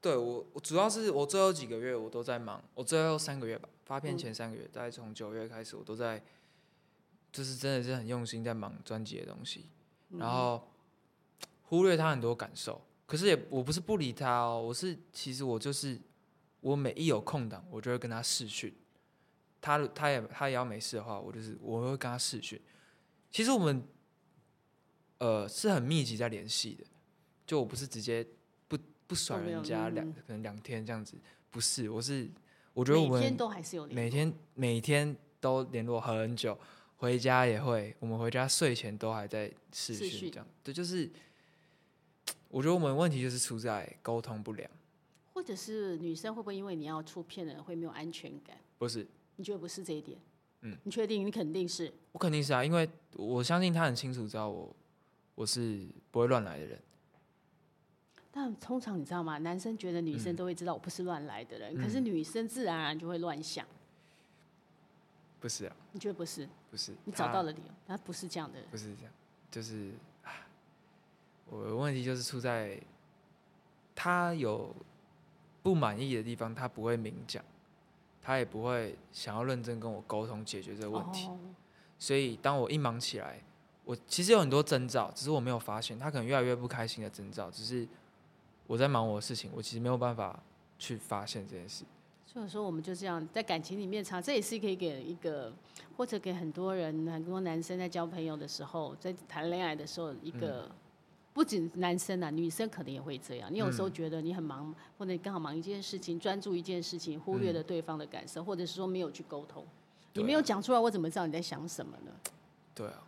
[SPEAKER 2] 对我我主要是我最后几个月我都在忙，我最后三个月吧，发片前三个月，大概从九月开始我都在就是真的是很用心在忙专辑的东西，
[SPEAKER 1] 嗯
[SPEAKER 2] 然后忽略他很多感受。可是也我不是不理他哦，我是其实我就是我每一有空档，我就会跟他视讯。他他也他也要没事的话，我就是我会跟他视讯。其实我们呃是很密集在联系的，就我不是直接不不甩
[SPEAKER 1] 都没有
[SPEAKER 2] 人家
[SPEAKER 1] 嗯
[SPEAKER 2] 两可能两天这样子，不是，我是我觉得我
[SPEAKER 1] 每
[SPEAKER 2] 们
[SPEAKER 1] 天都还是有联
[SPEAKER 2] 每天每天都联络很久，回家也会，我们回家睡前都还在视
[SPEAKER 1] 视
[SPEAKER 2] 讯
[SPEAKER 1] 讯
[SPEAKER 2] 这样。对，就是我觉得我们问题就是出在沟通不良，
[SPEAKER 1] 或者是女生会不会因为你要出片了会没有安全感？
[SPEAKER 2] 不是
[SPEAKER 1] 你觉得不是这一点？
[SPEAKER 2] 嗯，
[SPEAKER 1] 你确定？你肯定是
[SPEAKER 2] 我肯定是啊，因为我相信他很清楚知道我我是不会乱来的人，
[SPEAKER 1] 但通常你知道吗？男生觉得女
[SPEAKER 2] 嗯
[SPEAKER 1] 生都会知道我不是乱来的人，可是女生自然而然就会乱想。
[SPEAKER 2] 不是啊，
[SPEAKER 1] 你觉得不是？
[SPEAKER 2] 不是，
[SPEAKER 1] 你找到
[SPEAKER 2] 了，
[SPEAKER 1] 了理由，他不是这样的人。
[SPEAKER 2] 不是这样，就是唉我的问题就是出在他有不满意的地方，他不会明讲。他也不会想要认真跟我沟通解决这个问题，
[SPEAKER 1] 哦，
[SPEAKER 2] 所以当我一忙起来，我其实有很多征兆，只是我没有发现，他可能越来越不开心的征兆，只是我在忙我的事情，我其实没有办法去发现这件事。
[SPEAKER 1] 所以说我们就这样在感情里面常，这也是可以给一个或者给很多人、很多男生在交朋友的时候，在谈恋爱的时候一个。
[SPEAKER 2] 嗯
[SPEAKER 1] 不仅男生啊，女生可能也会这样。你有
[SPEAKER 2] 嗯
[SPEAKER 1] 时候觉得你很忙，或者你刚好忙一件事情，专注一件事情，忽略了对方的感受，或者是说没有去沟通，你
[SPEAKER 2] 嗯对啊
[SPEAKER 1] 没有讲出来，我怎么知道你在想什么呢？
[SPEAKER 2] 对啊，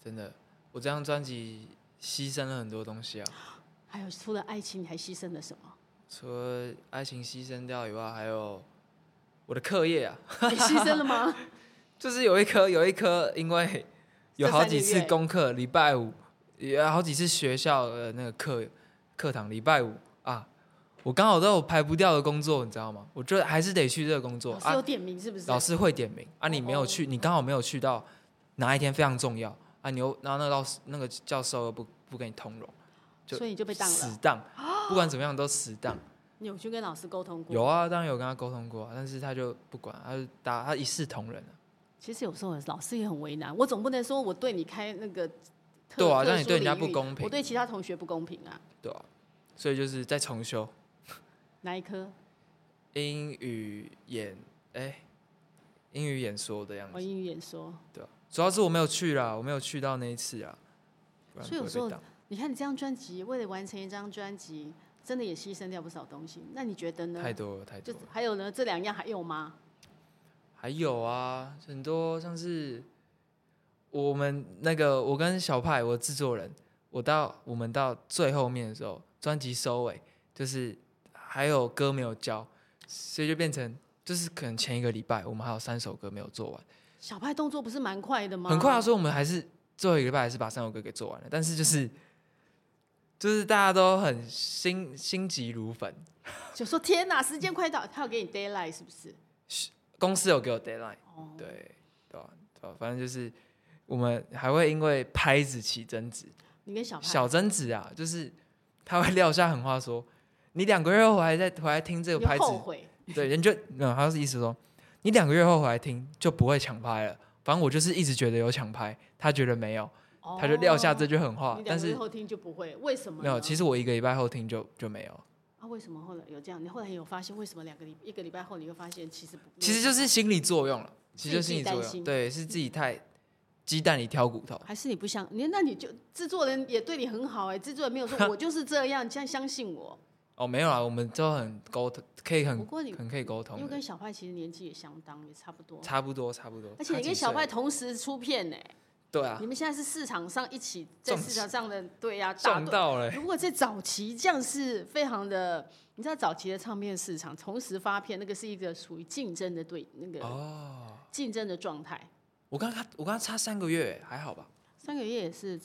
[SPEAKER 2] 真的，我这张专辑牺牲了很多东西啊，
[SPEAKER 1] 还有除了爱情，你还牺牲了什么？
[SPEAKER 2] 除了爱情牺牲掉以外，还有我的课业啊， <laughs>
[SPEAKER 1] 你牺牲了吗？
[SPEAKER 2] 就是有一科有一科，因为有
[SPEAKER 1] 这
[SPEAKER 2] 好
[SPEAKER 1] 三
[SPEAKER 2] 几
[SPEAKER 1] 个
[SPEAKER 2] 次
[SPEAKER 1] 月
[SPEAKER 2] 功课，礼拜五也好几次学校的那个课课堂，礼拜五啊，我刚好都有排不掉的工作，你知道吗？我就还是得去这个工作
[SPEAKER 1] <laughs> 老师有
[SPEAKER 2] 啊。
[SPEAKER 1] 点哦名是不是？哦
[SPEAKER 2] 老师会点名啊，你没有去，你刚好没有去到哪一天非常重要啊，你又然后那个老师那个教授又不不跟你通融，就
[SPEAKER 1] 所以你就被当
[SPEAKER 2] 死
[SPEAKER 1] 了。哦
[SPEAKER 2] 当，不管怎么样都死当。
[SPEAKER 1] 你有去跟老师沟通过？
[SPEAKER 2] 有啊，当然有跟他沟通过啊，但是他就不管，他就打他一视同仁啊
[SPEAKER 1] 其实有时候老师也很为难，我总不能说我对你开那个特
[SPEAKER 2] 对啊
[SPEAKER 1] 特
[SPEAKER 2] 让你
[SPEAKER 1] 殊
[SPEAKER 2] 对人家
[SPEAKER 1] 领域
[SPEAKER 2] 不公平
[SPEAKER 1] 我对其他同学不公平啊。
[SPEAKER 2] 对啊，所以就是在重修。
[SPEAKER 1] 哪一科？
[SPEAKER 2] 英语演哎、英语演说的样
[SPEAKER 1] 我
[SPEAKER 2] 子，
[SPEAKER 1] 哦英语演说。
[SPEAKER 2] 对啊主要是我没有去啦，我没有去到那一次啊，不然
[SPEAKER 1] 所以有
[SPEAKER 2] 不会
[SPEAKER 1] 时候
[SPEAKER 2] 被打
[SPEAKER 1] 你看你这张专辑，为了完成一张专辑，真的也牺牲掉不少东西。那你觉得呢
[SPEAKER 2] 太？多了太多
[SPEAKER 1] 就
[SPEAKER 2] 了。
[SPEAKER 1] 还有呢？这两样还有吗？
[SPEAKER 2] 还有啊，很多像是我们那个我跟小派我制作人，我到我们到最后面的时候，专辑收尾就是还有歌没有交，所以就变成就是可能前一个礼拜我们还有三首歌没有做完。
[SPEAKER 1] 小派动作不是蛮快的吗？
[SPEAKER 2] 很快啊，所以我们还是最后一个礼拜还是把三首歌给做完了，但是就是就是大家都很心心急如焚，
[SPEAKER 1] 就说天哪，时间快到，他要给你 d a y l i g h t 是不是？
[SPEAKER 2] 公司有给我 deadline，
[SPEAKER 1] 哦，
[SPEAKER 2] 对对吧、对吧、反正就是我们还会因为拍子起争执，
[SPEAKER 1] 你跟小派
[SPEAKER 2] 小争执啊，就是他会撂下狠话说。你两个月后还在回来听这个
[SPEAKER 1] 你
[SPEAKER 2] 拍
[SPEAKER 1] 会
[SPEAKER 2] 子，
[SPEAKER 1] 后悔，
[SPEAKER 2] 对，人就嗯，他是意思说，你两个月后回来听就不会抢拍了。反正我就是一直觉得有抢拍，他觉得没有，
[SPEAKER 1] 哦
[SPEAKER 2] 他就撂下这句狠话。
[SPEAKER 1] 你两
[SPEAKER 2] 但
[SPEAKER 1] 个
[SPEAKER 2] 是
[SPEAKER 1] 月后听就不会，为什么呢？
[SPEAKER 2] 没有，其实我一个礼拜后听就就没有了。
[SPEAKER 1] 啊，为什么后来有这样？你后来有发现为什么两个礼一个礼拜后你会发现其实不
[SPEAKER 2] 其实就是心理作用了，其实就是心理作
[SPEAKER 1] 自己担
[SPEAKER 2] 用，
[SPEAKER 1] 心
[SPEAKER 2] 对，是自己太鸡蛋里挑骨头。
[SPEAKER 1] 还是你不相你那你就制作人也对你很好哎、制作人没有
[SPEAKER 2] <laughs>
[SPEAKER 1] 说我就是这样，你这样相信我。
[SPEAKER 2] 哦，没有啦，我们都很沟通，可以
[SPEAKER 1] 不
[SPEAKER 2] 很
[SPEAKER 1] 过你
[SPEAKER 2] 很可以沟
[SPEAKER 1] 因
[SPEAKER 2] 通
[SPEAKER 1] 为
[SPEAKER 2] 的，
[SPEAKER 1] 跟小派其实年纪也相当，也差不多，
[SPEAKER 2] 差不多差不多。
[SPEAKER 1] 而且你跟
[SPEAKER 2] 差几
[SPEAKER 1] 小
[SPEAKER 2] 岁啊
[SPEAKER 1] 派同时出片呢、
[SPEAKER 2] 对啊
[SPEAKER 1] 你，们现在是市场上一起在
[SPEAKER 2] 撞
[SPEAKER 1] 市场上的对呀、打
[SPEAKER 2] 撞
[SPEAKER 1] 对。
[SPEAKER 2] 到了欸，
[SPEAKER 1] 如果在早期这样是非常的，你知道早期的唱片市场同时发片，那个是一个属于竞争的对那个
[SPEAKER 2] 哦，
[SPEAKER 1] 竞争的状态。
[SPEAKER 2] 我刚刚我刚刚差三个月欸，还好吧？
[SPEAKER 1] 三个月也是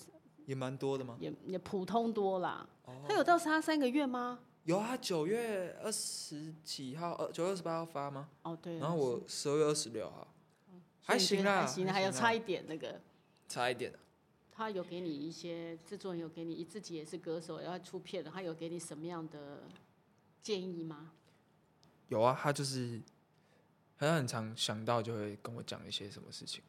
[SPEAKER 2] 也蛮多的吗？
[SPEAKER 1] 也也普通多啦。
[SPEAKER 2] 哦，
[SPEAKER 1] 他有到差三个月吗？
[SPEAKER 2] 有啊，九月二十几号，呃，九月二十八号发吗？
[SPEAKER 1] 哦，对。哦
[SPEAKER 2] 然后我十二月二十六号，
[SPEAKER 1] 所以
[SPEAKER 2] 还
[SPEAKER 1] 你觉
[SPEAKER 2] 行
[SPEAKER 1] 得
[SPEAKER 2] 啦，
[SPEAKER 1] 还行啦，还有
[SPEAKER 2] 啦
[SPEAKER 1] 差一点那个。
[SPEAKER 2] 差一点啊，
[SPEAKER 1] 他有给你一些制作人有给你，自己也是歌手要出片的，他有给你什么样的建议吗？
[SPEAKER 2] 有啊，他就是他很常想到就会跟我讲一些什么事情，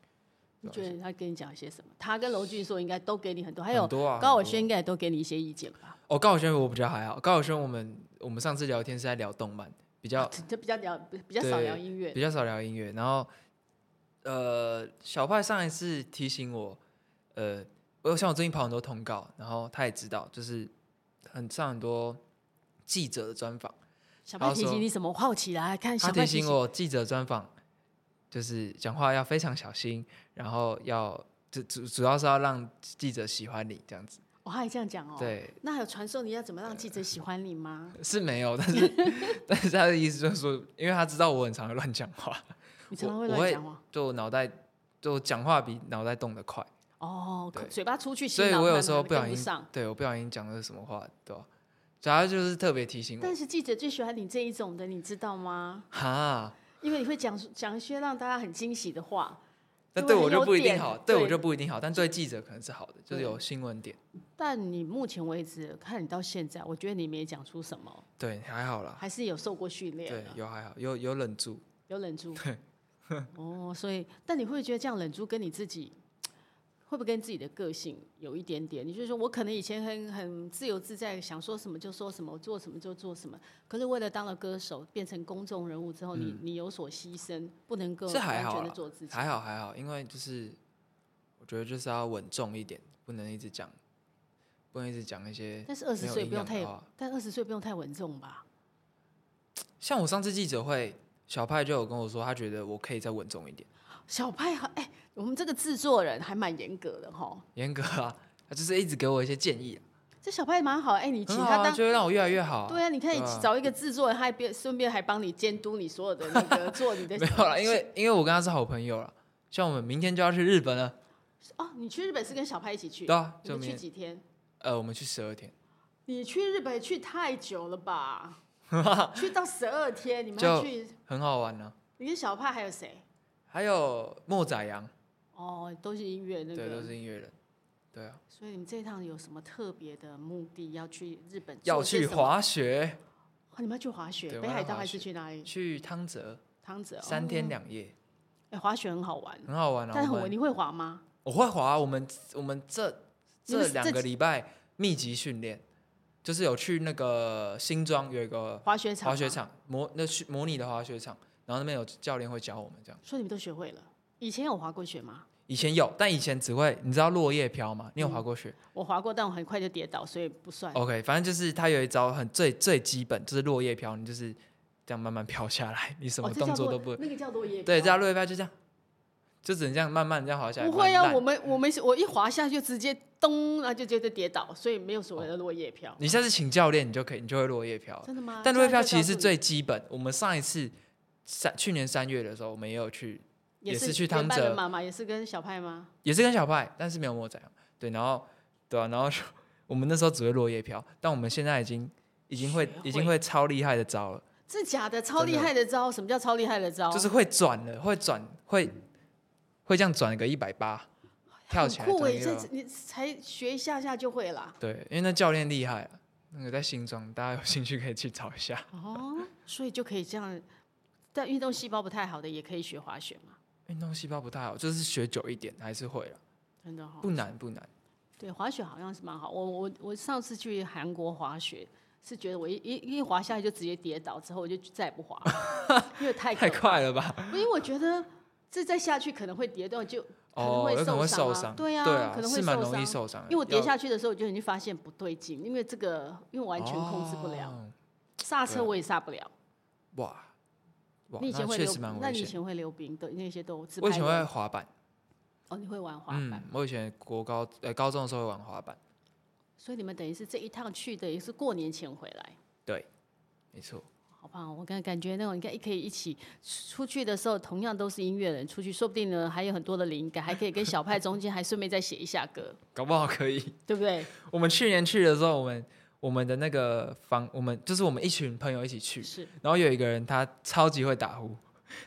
[SPEAKER 1] 你觉得他跟你讲一些什么？他跟娄俊硕应该都给你很多，还有
[SPEAKER 2] 很多啊，
[SPEAKER 1] 高晓
[SPEAKER 2] 很多
[SPEAKER 1] 轩应该也都给你一些意见吧？
[SPEAKER 2] 哦，高晓轩我比较还好，高晓轩我们我们上次聊天是在聊动漫，比较
[SPEAKER 1] 就啊比较聊，比较少
[SPEAKER 2] 对
[SPEAKER 1] 聊音乐
[SPEAKER 2] 比。较少聊音乐。然后，呃，小派上一次提醒我，呃，我像我最近跑很多通告，然后他也知道，就是很上很多记者的专访，
[SPEAKER 1] 小白提
[SPEAKER 2] 他说
[SPEAKER 1] 醒你什么？我好奇啦，看哎小
[SPEAKER 2] 他
[SPEAKER 1] 白提
[SPEAKER 2] 提醒
[SPEAKER 1] 醒
[SPEAKER 2] 我记者专访就是讲话要非常小心，然后要主主主要是要让记者喜欢你这样子。
[SPEAKER 1] 我，还这样讲哦。
[SPEAKER 2] 对，
[SPEAKER 1] 那还有传授你要怎么让记者喜欢你吗？
[SPEAKER 2] 是没有，但是但是 <laughs> 他的意思就是说，因为他知道我很常会乱讲话，
[SPEAKER 1] 你常常
[SPEAKER 2] 我
[SPEAKER 1] 会
[SPEAKER 2] 我会
[SPEAKER 1] 乱讲话
[SPEAKER 2] 就我脑袋就讲话比脑袋动得快。
[SPEAKER 1] 哦，
[SPEAKER 2] 对
[SPEAKER 1] 可嘴巴出去，
[SPEAKER 2] 所以
[SPEAKER 1] 洗脑
[SPEAKER 2] 我有
[SPEAKER 1] 慢
[SPEAKER 2] 时候
[SPEAKER 1] 慢
[SPEAKER 2] 不小
[SPEAKER 1] 跟
[SPEAKER 2] 心
[SPEAKER 1] 上。
[SPEAKER 2] 对我不小心讲的是什么话，对吧、主要就是特别提醒我
[SPEAKER 1] 但，是记者最喜欢你这一种的，你知道吗？
[SPEAKER 2] 哈，
[SPEAKER 1] 因为你会讲讲一些让大家很惊喜的话。
[SPEAKER 2] 那
[SPEAKER 1] 就
[SPEAKER 2] 对
[SPEAKER 1] 会
[SPEAKER 2] 我
[SPEAKER 1] 很
[SPEAKER 2] 就
[SPEAKER 1] 有
[SPEAKER 2] 不一定
[SPEAKER 1] 点
[SPEAKER 2] 好，对我
[SPEAKER 1] 对
[SPEAKER 2] 就不一定好，但对记者可能是好的，就是
[SPEAKER 1] 对
[SPEAKER 2] 有新闻点，
[SPEAKER 1] 但你目前为止看你到现在，我觉得你没讲出什么，
[SPEAKER 2] 对，还好啦，
[SPEAKER 1] 还是有受过训练啊
[SPEAKER 2] 啊对
[SPEAKER 1] 的，，
[SPEAKER 2] 有还好，有有忍住，
[SPEAKER 1] 有忍住。 <laughs> 哦，所以，但你会不会觉得这样忍住跟你自己，会不会跟自己的个性有一点点？你就说我可能以前很很自由自在，想说什么就说什么，做什么就做什么。可是为了当了歌手，变成公众人物之后，你你有所牺牲，不能够
[SPEAKER 2] 是嗯还
[SPEAKER 1] 完
[SPEAKER 2] 好
[SPEAKER 1] 全的
[SPEAKER 2] 啦
[SPEAKER 1] 做自，己。
[SPEAKER 2] 还好还好，因为就是我觉得就是要稳重一点，不能一直讲，不能一直讲一些
[SPEAKER 1] 但是二十
[SPEAKER 2] 没有
[SPEAKER 1] 岁
[SPEAKER 2] 营
[SPEAKER 1] 不用
[SPEAKER 2] 养的
[SPEAKER 1] 太
[SPEAKER 2] 话，
[SPEAKER 1] 但二十岁不用太稳重吧？
[SPEAKER 2] 像我上次记者会，小派就有跟我说，他觉得我可以再稳重一点，
[SPEAKER 1] 小派好，哎、我们这个制作人还蛮严格的哈。
[SPEAKER 2] 严格啊，他就是一直给我一些建议、啊，
[SPEAKER 1] 这小派蛮好，哎、你请
[SPEAKER 2] 很好
[SPEAKER 1] 他
[SPEAKER 2] 啊，
[SPEAKER 1] 当
[SPEAKER 2] 就会让我越来越好、啊。
[SPEAKER 1] 对啊，你可以
[SPEAKER 2] 对啊
[SPEAKER 1] 找一个制作人，还边顺便还帮你监督你所有的那
[SPEAKER 2] <laughs>
[SPEAKER 1] 个做你的。
[SPEAKER 2] 没有啦，因为因为我跟他是好朋友啦，像我们明天就要去日本了，
[SPEAKER 1] 哦，你去日本是跟小派一起去，
[SPEAKER 2] 对啊，
[SPEAKER 1] 你
[SPEAKER 2] 就
[SPEAKER 1] 们
[SPEAKER 2] 明
[SPEAKER 1] 去
[SPEAKER 2] 天
[SPEAKER 1] 几天？
[SPEAKER 2] 呃，我们去十二天，
[SPEAKER 1] 你去日本去太久了吧？
[SPEAKER 2] <laughs>
[SPEAKER 1] 去到十二天，你们还
[SPEAKER 2] 就
[SPEAKER 1] 去？
[SPEAKER 2] 很好玩呢、
[SPEAKER 1] 你跟小派还有谁？
[SPEAKER 2] 还有莫宰阳，
[SPEAKER 1] 哦，都是音乐那
[SPEAKER 2] 对，都
[SPEAKER 1] 个。
[SPEAKER 2] 是音乐人，对啊，
[SPEAKER 1] 所以你们这一趟有什么特别的目的要去日本？
[SPEAKER 2] 要去
[SPEAKER 1] 滑，
[SPEAKER 2] 滑雪，
[SPEAKER 1] 哦你们要去滑
[SPEAKER 2] 对
[SPEAKER 1] 雪，
[SPEAKER 2] 我
[SPEAKER 1] 北
[SPEAKER 2] 们要
[SPEAKER 1] 海道
[SPEAKER 2] 滑
[SPEAKER 1] 还是
[SPEAKER 2] 雪
[SPEAKER 1] 去哪里？
[SPEAKER 2] 去汤泽
[SPEAKER 1] 汤嗯泽哦
[SPEAKER 2] 三天两夜，
[SPEAKER 1] 哎，滑雪很好玩，
[SPEAKER 2] 很好玩啊。
[SPEAKER 1] 但
[SPEAKER 2] 我
[SPEAKER 1] 很
[SPEAKER 2] 们
[SPEAKER 1] 你会滑吗？
[SPEAKER 2] 我会滑，我们我们这
[SPEAKER 1] 你们
[SPEAKER 2] 这
[SPEAKER 1] 是
[SPEAKER 2] 两
[SPEAKER 1] 这
[SPEAKER 2] 个礼拜密集训练，就是有去那个新庄有一个
[SPEAKER 1] 滑雪场，
[SPEAKER 2] 滑雪。场模那去模拟的滑雪场，然后那边有教练会教我们这样。
[SPEAKER 1] 所以你们都学会了。以前有滑过雪吗？
[SPEAKER 2] 以前有，但以前只会你知道落叶飘吗？你有滑过雪、
[SPEAKER 1] 我滑过，但我很快就跌倒，所以不算。
[SPEAKER 2] o k 反正就是它有一招很最最基本，就是落叶飘，你就是这样慢慢飘下来，你什么
[SPEAKER 1] 哦这
[SPEAKER 2] 动
[SPEAKER 1] 叫
[SPEAKER 2] 作
[SPEAKER 1] 落
[SPEAKER 2] 都不、
[SPEAKER 1] 那个叫落叶。
[SPEAKER 2] 对，这样。落叶飘就这样，就只能这样慢慢这样滑下来。
[SPEAKER 1] 不会啊，
[SPEAKER 2] 慢慢
[SPEAKER 1] 我们我们我一滑下去就直接咚，然后就直接跌倒，所以没有所谓的落叶飘。
[SPEAKER 2] 你下次请教练，你就可以，你就会落叶飘了。
[SPEAKER 1] 真的啊吗？
[SPEAKER 2] 哦但
[SPEAKER 1] 这
[SPEAKER 2] 落叶
[SPEAKER 1] 样
[SPEAKER 2] 飘
[SPEAKER 1] 就
[SPEAKER 2] 其实
[SPEAKER 1] 告
[SPEAKER 2] 是
[SPEAKER 1] 诉你
[SPEAKER 2] 最基本。我们上一次三去年三月的时候，我们也有去，也
[SPEAKER 1] 也
[SPEAKER 2] 是去
[SPEAKER 1] 原
[SPEAKER 2] 汤
[SPEAKER 1] 班人
[SPEAKER 2] 泽
[SPEAKER 1] 马嘛，也是跟小派吗？
[SPEAKER 2] 也是跟小派，但是没有莫仔阳。对，然后对啊，然后就我们那时候只会落叶飘，但我们现在已经已经会
[SPEAKER 1] 学
[SPEAKER 2] 已经
[SPEAKER 1] 会
[SPEAKER 2] 会超厉害的招了。
[SPEAKER 1] 是假的，超
[SPEAKER 2] 真
[SPEAKER 1] 厉
[SPEAKER 2] 的
[SPEAKER 1] 害的招。什么叫超厉害的招？
[SPEAKER 2] 就是会转的，会转，会会这样转个一百八，跳
[SPEAKER 1] 很
[SPEAKER 2] 起来
[SPEAKER 1] 酷
[SPEAKER 2] 转
[SPEAKER 1] 哎，
[SPEAKER 2] 一
[SPEAKER 1] 这
[SPEAKER 2] 个。
[SPEAKER 1] 你才学一下下就会啦。
[SPEAKER 2] 对，因为那教练厉害啊，那个在新庄，大家有兴趣可以去找一下。 <laughs>
[SPEAKER 1] 哦，所以就可以这样。但运动细胞不太好的也可以学滑雪嘛，
[SPEAKER 2] 运动细胞不太好，就是学久一点还是会了，
[SPEAKER 1] 真的哈、哦
[SPEAKER 2] 不难不难。
[SPEAKER 1] 对，滑雪好像是蛮好。我我我上次去韩国滑雪，是觉得我一一一滑下去就直接跌倒，之后我就再也不滑了，
[SPEAKER 2] <laughs>
[SPEAKER 1] 因为太
[SPEAKER 2] 太
[SPEAKER 1] 可
[SPEAKER 2] 快了吧？
[SPEAKER 1] 怕因为我觉得这再下去可能会跌断，就可能
[SPEAKER 2] 哦，有可能会
[SPEAKER 1] 伤、
[SPEAKER 2] 受
[SPEAKER 1] 啊
[SPEAKER 2] 伤。
[SPEAKER 1] 对
[SPEAKER 2] 啊，
[SPEAKER 1] 可能会
[SPEAKER 2] 是蛮容易
[SPEAKER 1] 伤。
[SPEAKER 2] 受伤的。
[SPEAKER 1] 因为我跌
[SPEAKER 2] 要
[SPEAKER 1] 下去的时候，我就已经发现不对劲，因为这个因为完全控制不了，
[SPEAKER 2] 哦
[SPEAKER 1] 刹
[SPEAKER 2] 对
[SPEAKER 1] 车
[SPEAKER 2] 啊
[SPEAKER 1] 我也刹不了。
[SPEAKER 2] 哇哇，
[SPEAKER 1] 你以前
[SPEAKER 2] 那
[SPEAKER 1] 会
[SPEAKER 2] 确
[SPEAKER 1] 溜
[SPEAKER 2] 实蛮，
[SPEAKER 1] 那
[SPEAKER 2] 危
[SPEAKER 1] 你以
[SPEAKER 2] 险。
[SPEAKER 1] 前会溜冰的那些都自
[SPEAKER 2] 我以
[SPEAKER 1] 拍
[SPEAKER 2] 前会
[SPEAKER 1] 轮
[SPEAKER 2] 滑板，
[SPEAKER 1] 哦，你会玩滑板，
[SPEAKER 2] 嗯，我以前国高呃高中的时候会玩滑板，
[SPEAKER 1] 所以你们等于是这一趟去的也是过年前回来。
[SPEAKER 2] 没错。
[SPEAKER 1] 好棒！我感感觉那种应该可以一起出去的时候，同样都是音乐人出去，说不定呢还有很多的灵感，还可以跟小派中间还顺便再写一下歌，
[SPEAKER 2] 搞不好可以。
[SPEAKER 1] <laughs> 对不对？
[SPEAKER 2] 我们去年去的时候，我们我们的那个房，我们就是我们一群朋友一起去，
[SPEAKER 1] 是，
[SPEAKER 2] 然后有一个人他超级会打呼，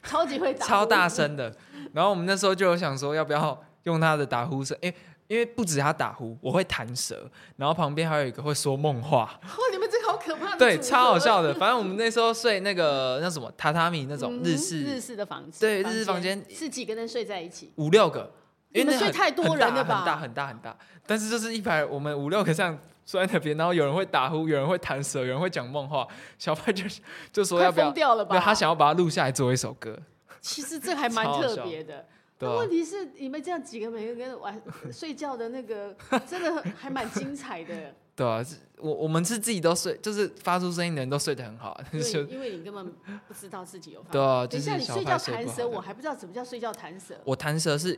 [SPEAKER 1] 超级会打，
[SPEAKER 2] 超大。声的，然后我们那时候就有想说要不要用他的打呼声，因为因为不止他打呼，我会弹舌，然后旁边还有一个会说梦话，
[SPEAKER 1] 哦，你们这个好可怕的，
[SPEAKER 2] 对，超好。笑的。反正我们那时候睡那个那什么榻榻米那种
[SPEAKER 1] 嗯
[SPEAKER 2] 日式，
[SPEAKER 1] 日式的房子，
[SPEAKER 2] 对日式房间
[SPEAKER 1] 是几个人睡在一起？
[SPEAKER 2] 五六个，
[SPEAKER 1] 你
[SPEAKER 2] 因为
[SPEAKER 1] 们
[SPEAKER 2] 那
[SPEAKER 1] 睡
[SPEAKER 2] 很
[SPEAKER 1] 太多人了吧
[SPEAKER 2] 很大很大很大很大。但是就是一排我们五六个这样坐在那边，然后有人会打呼，有人会弹舌，有人会讲梦话。小派就就说
[SPEAKER 1] 快
[SPEAKER 2] 要不
[SPEAKER 1] 疯
[SPEAKER 2] 要？
[SPEAKER 1] 掉了
[SPEAKER 2] 对，
[SPEAKER 1] 吧？
[SPEAKER 2] 他想要把它录下来做一首歌，
[SPEAKER 1] 其实这还蛮
[SPEAKER 2] 超好
[SPEAKER 1] 特
[SPEAKER 2] 笑
[SPEAKER 1] 别的。那
[SPEAKER 2] 对啊吧、
[SPEAKER 1] 问题是，你们这样几个每个人玩啊睡觉的那个，真的还蛮精彩的。
[SPEAKER 2] 对啊，是我我们是自己都睡，就是发出声音的人都睡得很好， <laughs>
[SPEAKER 1] 因
[SPEAKER 2] <laughs> 就
[SPEAKER 1] 为
[SPEAKER 2] 是
[SPEAKER 1] 因为你根本不知道自己有发。
[SPEAKER 2] 对啊，就
[SPEAKER 1] 等一下，
[SPEAKER 2] 是
[SPEAKER 1] 你
[SPEAKER 2] 小
[SPEAKER 1] 睡
[SPEAKER 2] 派
[SPEAKER 1] 觉
[SPEAKER 2] 睡
[SPEAKER 1] 弹
[SPEAKER 2] 不
[SPEAKER 1] 舌，我
[SPEAKER 2] 好的。
[SPEAKER 1] 还不知道什么叫睡觉弹舌。
[SPEAKER 2] 我弹舌是，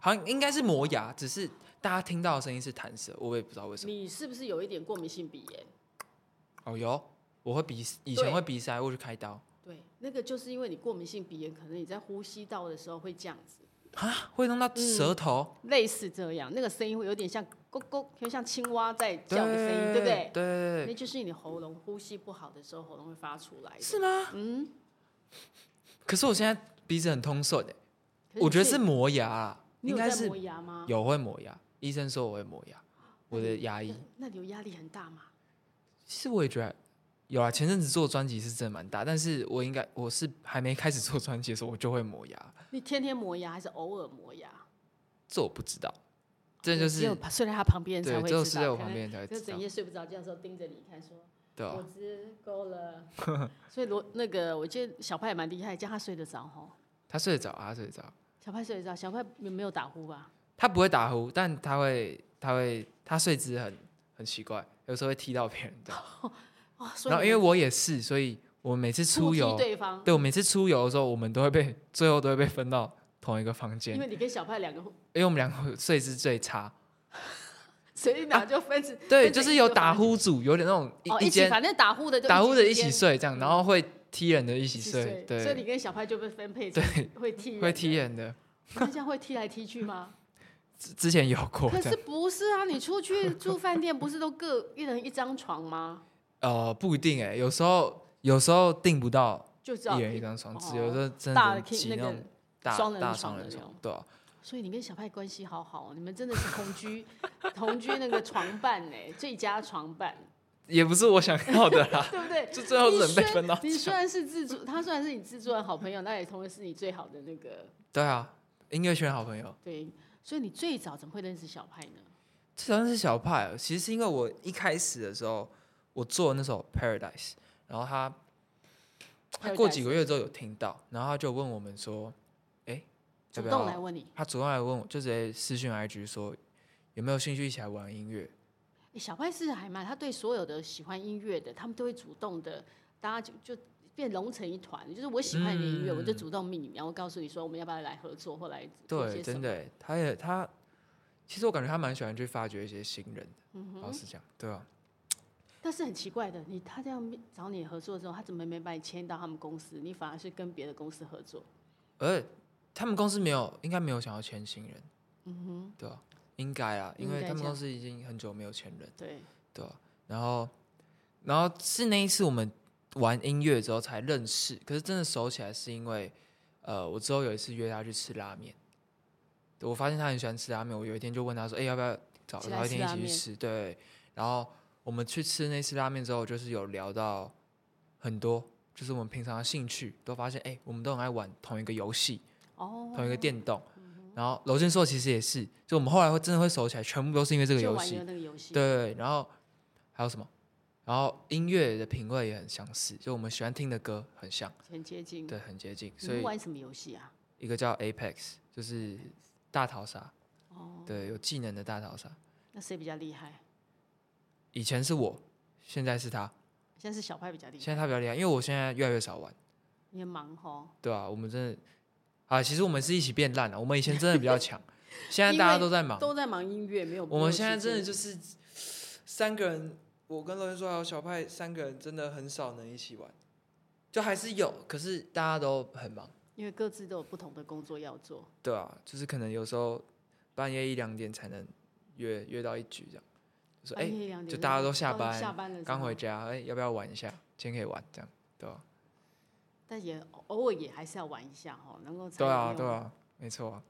[SPEAKER 2] 好像应该是磨牙，只是大家听到的声音是弹舌，我也不知道为什么。
[SPEAKER 1] 你是不是有一点过敏性鼻炎？
[SPEAKER 2] 哦，有，我会鼻以前会鼻塞，我去开刀
[SPEAKER 1] 对，那个就是因为你过敏性鼻炎，可能你在呼吸道的时候会这样子，
[SPEAKER 2] 啊，会弄到
[SPEAKER 1] 嗯
[SPEAKER 2] 舌头。
[SPEAKER 1] 类似这样，那个声音会有点像咕咕，就像青蛙在叫的声音，对不对？
[SPEAKER 2] 对，
[SPEAKER 1] 那就是你喉咙呼吸不好的时候，喉咙会发出来的。
[SPEAKER 2] 是吗？
[SPEAKER 1] 嗯，
[SPEAKER 2] 可是我现在鼻子很通顺诶，
[SPEAKER 1] 可
[SPEAKER 2] 我觉得
[SPEAKER 1] 你
[SPEAKER 2] 是
[SPEAKER 1] 睡
[SPEAKER 2] 磨牙啊，
[SPEAKER 1] 你
[SPEAKER 2] 应
[SPEAKER 1] 有
[SPEAKER 2] 该
[SPEAKER 1] 在
[SPEAKER 2] 是
[SPEAKER 1] 磨牙吗？
[SPEAKER 2] 有会磨牙，医生说我会磨牙，我的牙龈
[SPEAKER 1] 那。那你有压力很大吗？
[SPEAKER 2] 其实我也觉得有啊，前阵子做专辑是真的蛮大，但是我应该我是还没开始做专辑的时候，我就会磨牙，
[SPEAKER 1] 你天天磨牙还是偶尔磨牙？
[SPEAKER 2] 这我不知道，这就
[SPEAKER 1] 只
[SPEAKER 2] 是
[SPEAKER 1] 有睡在他旁边才
[SPEAKER 2] 对，
[SPEAKER 1] 会
[SPEAKER 2] 只
[SPEAKER 1] 知道。
[SPEAKER 2] 有是在我
[SPEAKER 1] 可
[SPEAKER 2] 旁
[SPEAKER 1] 能
[SPEAKER 2] 边才会
[SPEAKER 1] 就
[SPEAKER 2] 知道
[SPEAKER 1] 整，夜睡不着觉的时候盯着你看，说
[SPEAKER 2] 对
[SPEAKER 1] 我
[SPEAKER 2] 啊，
[SPEAKER 1] 只够了。 <laughs> 所以罗那个，我记得小派也蛮厉害，这样他睡得着吼。
[SPEAKER 2] 他睡得着啊，他睡得着，
[SPEAKER 1] 小派睡得着，小派没没有打呼吧？
[SPEAKER 2] 他不会打呼，但他会他会他睡姿很很奇怪，有时候会踢到别人这样。
[SPEAKER 1] 哦，所以
[SPEAKER 2] 然后因为
[SPEAKER 1] 你
[SPEAKER 2] 我也是，所以我每次
[SPEAKER 1] 触
[SPEAKER 2] 出
[SPEAKER 1] 及
[SPEAKER 2] 游，
[SPEAKER 1] 对方，
[SPEAKER 2] 对我每次出游的时候，我们都会被最后都会被分到同一个房间，
[SPEAKER 1] 因
[SPEAKER 2] 因
[SPEAKER 1] 为你跟小派两个， <laughs>
[SPEAKER 2] 为我们两个睡姿最差。
[SPEAKER 1] 所以俩就分成、
[SPEAKER 2] 对，
[SPEAKER 1] 分成
[SPEAKER 2] 就是
[SPEAKER 1] 一
[SPEAKER 2] 有
[SPEAKER 1] 个
[SPEAKER 2] 打
[SPEAKER 1] 房间
[SPEAKER 2] 呼组，有点那种
[SPEAKER 1] 哦，
[SPEAKER 2] 一
[SPEAKER 1] 一起，
[SPEAKER 2] 间
[SPEAKER 1] 反正打呼的就
[SPEAKER 2] 打呼的
[SPEAKER 1] 一
[SPEAKER 2] 一起
[SPEAKER 1] 间
[SPEAKER 2] 睡这
[SPEAKER 1] 嗯
[SPEAKER 2] 样，然后会踢人的一
[SPEAKER 1] 一
[SPEAKER 2] 起
[SPEAKER 1] 起
[SPEAKER 2] 睡，
[SPEAKER 1] 所以
[SPEAKER 2] 对
[SPEAKER 1] 你跟小派就被分配成
[SPEAKER 2] 对，
[SPEAKER 1] 会踢人
[SPEAKER 2] 会
[SPEAKER 1] 的
[SPEAKER 2] 踢，人的。
[SPEAKER 1] 那这样会踢来踢去吗？
[SPEAKER 2] <laughs> 之之前有过
[SPEAKER 1] 可
[SPEAKER 2] 这
[SPEAKER 1] 是
[SPEAKER 2] 样，
[SPEAKER 1] 不是啊？你出去住饭店不是都各一人一张床吗？
[SPEAKER 2] 呃，不一定哎、有时候有时候订不到
[SPEAKER 1] 就知道
[SPEAKER 2] 一人一张床，只有
[SPEAKER 1] 哦
[SPEAKER 2] 时候真
[SPEAKER 1] 大的
[SPEAKER 2] 的
[SPEAKER 1] 可以
[SPEAKER 2] 挤
[SPEAKER 1] 那个
[SPEAKER 2] 种大
[SPEAKER 1] 双人
[SPEAKER 2] 大
[SPEAKER 1] 床
[SPEAKER 2] 双
[SPEAKER 1] 的
[SPEAKER 2] 人
[SPEAKER 1] 那
[SPEAKER 2] 床
[SPEAKER 1] 种，
[SPEAKER 2] 对啊，
[SPEAKER 1] 所以你跟小派关系好好，哦你们真的是同居， <laughs> 同居那个床伴哎、最佳床伴，
[SPEAKER 2] 也不是我想要的
[SPEAKER 1] <laughs>
[SPEAKER 2] 啦，
[SPEAKER 1] 对不
[SPEAKER 2] <laughs>
[SPEAKER 1] 对？
[SPEAKER 2] 就最后
[SPEAKER 1] 你
[SPEAKER 2] 只能被
[SPEAKER 1] 虽
[SPEAKER 2] 分到
[SPEAKER 1] 你
[SPEAKER 2] 这样
[SPEAKER 1] 虽然是自助，他虽然是你自助的好朋友，那也同时是你最好的那个
[SPEAKER 2] 对啊，音乐圈好朋友，
[SPEAKER 1] 对，所以你最早怎么会认识小派呢？
[SPEAKER 2] 这好像是小派哦。其实是因为我一开始的时候，我做那首《Paradise》，然后他他过几个月之后有听到，然后他就问我们说：“哎，
[SPEAKER 1] 主
[SPEAKER 2] 要不
[SPEAKER 1] 动来
[SPEAKER 2] 要
[SPEAKER 1] 问你，？”
[SPEAKER 2] 他主动来问我，就直接私讯 IG 说有没有兴趣一起来玩音乐？
[SPEAKER 1] 欸小派是还蛮，他对所有的喜欢音乐的，他们都会主动的，大家就就变融成一团。就是我喜欢你的音乐，我就主动命你，然后告诉你说我们要不要来合作或来做
[SPEAKER 2] 嗯对，
[SPEAKER 1] 些什
[SPEAKER 2] 真
[SPEAKER 1] 么。
[SPEAKER 2] 的耶，他也他其实我感觉他蛮喜欢去发掘一些新人的，
[SPEAKER 1] 嗯
[SPEAKER 2] 老实讲，对啊吧、
[SPEAKER 1] 但是很奇怪的，你他这样找你合作之后，他怎么没把你签到他们公司？你反而是跟别的公司合作，
[SPEAKER 2] 而且他们公司没有，应该没有想要签新人，嗯哼，对吧、应该啊，因
[SPEAKER 1] 应
[SPEAKER 2] 为
[SPEAKER 1] 该
[SPEAKER 2] 他们
[SPEAKER 1] 这样
[SPEAKER 2] 公司已经很久没有签人了。
[SPEAKER 1] 对，
[SPEAKER 2] 对啊、然后，然后是那一次我们玩音乐之后才认识，可是真的熟起来是因为，呃，我之后有一次约他去吃拉面，对我发现他很喜欢吃拉面，我有一天就问他说，哎、要不要找
[SPEAKER 1] 起
[SPEAKER 2] 找
[SPEAKER 1] 来
[SPEAKER 2] 一
[SPEAKER 1] 吃
[SPEAKER 2] 天
[SPEAKER 1] 拉
[SPEAKER 2] 一起去
[SPEAKER 1] 面
[SPEAKER 2] 吃？对，然后我们去吃那次拉面之后，就是有聊到很多，就是我们平常的兴趣，都发现哎、我们都很爱玩同一个游戏，
[SPEAKER 1] 哦，嗯
[SPEAKER 2] 同一个电动。然后娄俊硕其实也是，就我们后来会真的会熟起来，全部都是因为这个
[SPEAKER 1] 就
[SPEAKER 2] 游
[SPEAKER 1] 玩
[SPEAKER 2] 戏
[SPEAKER 1] 了。那个游戏，
[SPEAKER 2] 对，然后还有什么？然后音乐的品味也很相似，就我们喜欢听的歌很像，
[SPEAKER 1] 很接近。
[SPEAKER 2] 对，很接近。
[SPEAKER 1] 你
[SPEAKER 2] 所
[SPEAKER 1] 们
[SPEAKER 2] 以
[SPEAKER 1] 玩什么游戏啊？
[SPEAKER 2] 一个叫 Apex，就是大逃杀，
[SPEAKER 1] 哦，
[SPEAKER 2] 对，有技能的大逃杀。
[SPEAKER 1] 那谁比较厉害？
[SPEAKER 2] 以前是我，现在是他，
[SPEAKER 1] 现在是小派比较厉害，
[SPEAKER 2] 现在他比较厉害，因为我现在越来越少玩，
[SPEAKER 1] 你很忙吼。
[SPEAKER 2] 对啊，我们真的啊，其实我们是一起变烂了，我们以前真的比
[SPEAKER 1] <laughs>
[SPEAKER 2] 较强，现在大家都在忙，
[SPEAKER 1] 都在忙音乐，没有。
[SPEAKER 2] 我
[SPEAKER 1] 没有
[SPEAKER 2] 们现在
[SPEAKER 1] 时
[SPEAKER 2] 真的
[SPEAKER 1] 间
[SPEAKER 2] 就是三个人，我跟罗云说还有小派三个人真的很少能一起玩，就还是有，可是大家都很忙，
[SPEAKER 1] 因为各自都有不同的工作要做。
[SPEAKER 2] 对啊，就是可能有时候半夜一两点才能约约到一局这样，就说哎
[SPEAKER 1] 半夜两点
[SPEAKER 2] 就
[SPEAKER 1] 那
[SPEAKER 2] 大家
[SPEAKER 1] 种
[SPEAKER 2] 都下
[SPEAKER 1] 到
[SPEAKER 2] 班
[SPEAKER 1] 下班了之
[SPEAKER 2] 刚、
[SPEAKER 1] 后
[SPEAKER 2] 回，家，哎、要不要玩一下？今天可以玩这样，对啊吧、
[SPEAKER 1] 但也偶尔也还是要玩一下哈，能够才
[SPEAKER 2] 对啊，
[SPEAKER 1] 能
[SPEAKER 2] 对
[SPEAKER 1] 用。
[SPEAKER 2] 啊，没错啊，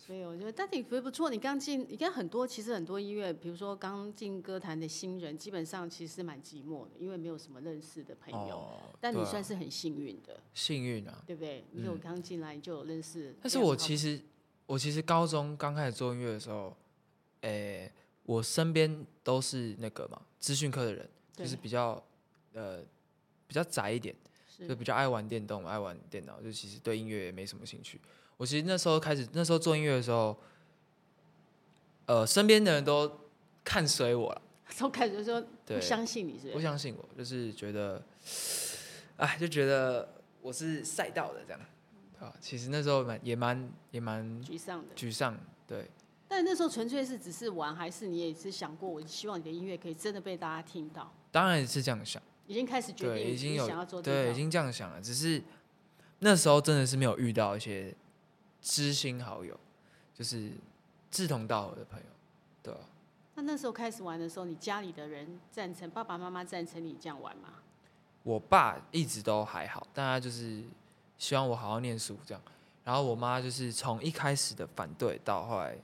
[SPEAKER 1] 所以我觉得，但你觉得不错，你刚进，你看很多其实很多音乐，比如说刚进歌坛的新人，基本上其实蛮寂寞的，因为没有什么认识的朋友。
[SPEAKER 2] 哦
[SPEAKER 1] 但你
[SPEAKER 2] 对啊
[SPEAKER 1] 算是很幸运的，
[SPEAKER 2] 幸运啊，
[SPEAKER 1] 对不对？你有刚进来就有认识。
[SPEAKER 2] 嗯但是我其实我其实高中刚开始做音乐的时候，诶、我身边都是那个嘛资讯科的人，
[SPEAKER 1] 对
[SPEAKER 2] 就是比较呃比较宅一点，就是比较爱玩电动，爱玩电脑，就其实对音乐也没什么兴趣。我其实那时候开始，那时候做音乐的时候，呃，身边的人都看衰我了。
[SPEAKER 1] <laughs> 总感觉说
[SPEAKER 2] 对
[SPEAKER 1] 不相信你是不
[SPEAKER 2] 不
[SPEAKER 1] 是？
[SPEAKER 2] 相信我，就是觉得，哎，就觉得我是赛道的这样，啊，其实那时候蛮也蛮也蛮
[SPEAKER 1] 沮丧的。
[SPEAKER 2] 沮丧，对，
[SPEAKER 1] 但那时候纯粹是只是玩，还是你也是想过，我希望你的音乐可以真的被大家听到，
[SPEAKER 2] 当然是这样想，
[SPEAKER 1] 已经开始决
[SPEAKER 2] 对，
[SPEAKER 1] 定
[SPEAKER 2] 已经
[SPEAKER 1] 你
[SPEAKER 2] 有
[SPEAKER 1] 想要做这
[SPEAKER 2] 对，
[SPEAKER 1] 条
[SPEAKER 2] 已经这样想了，只是那时候真的是没有遇到一些知心好友，就是志同道合的朋友，对啊、
[SPEAKER 1] 那那时候开始玩的时候，你家里的人赞成，爸爸妈妈赞成你这样玩吗？
[SPEAKER 2] 我爸一直都还好，但他就是希望我好好念书这样。然后我妈就是从一开始的反对到后来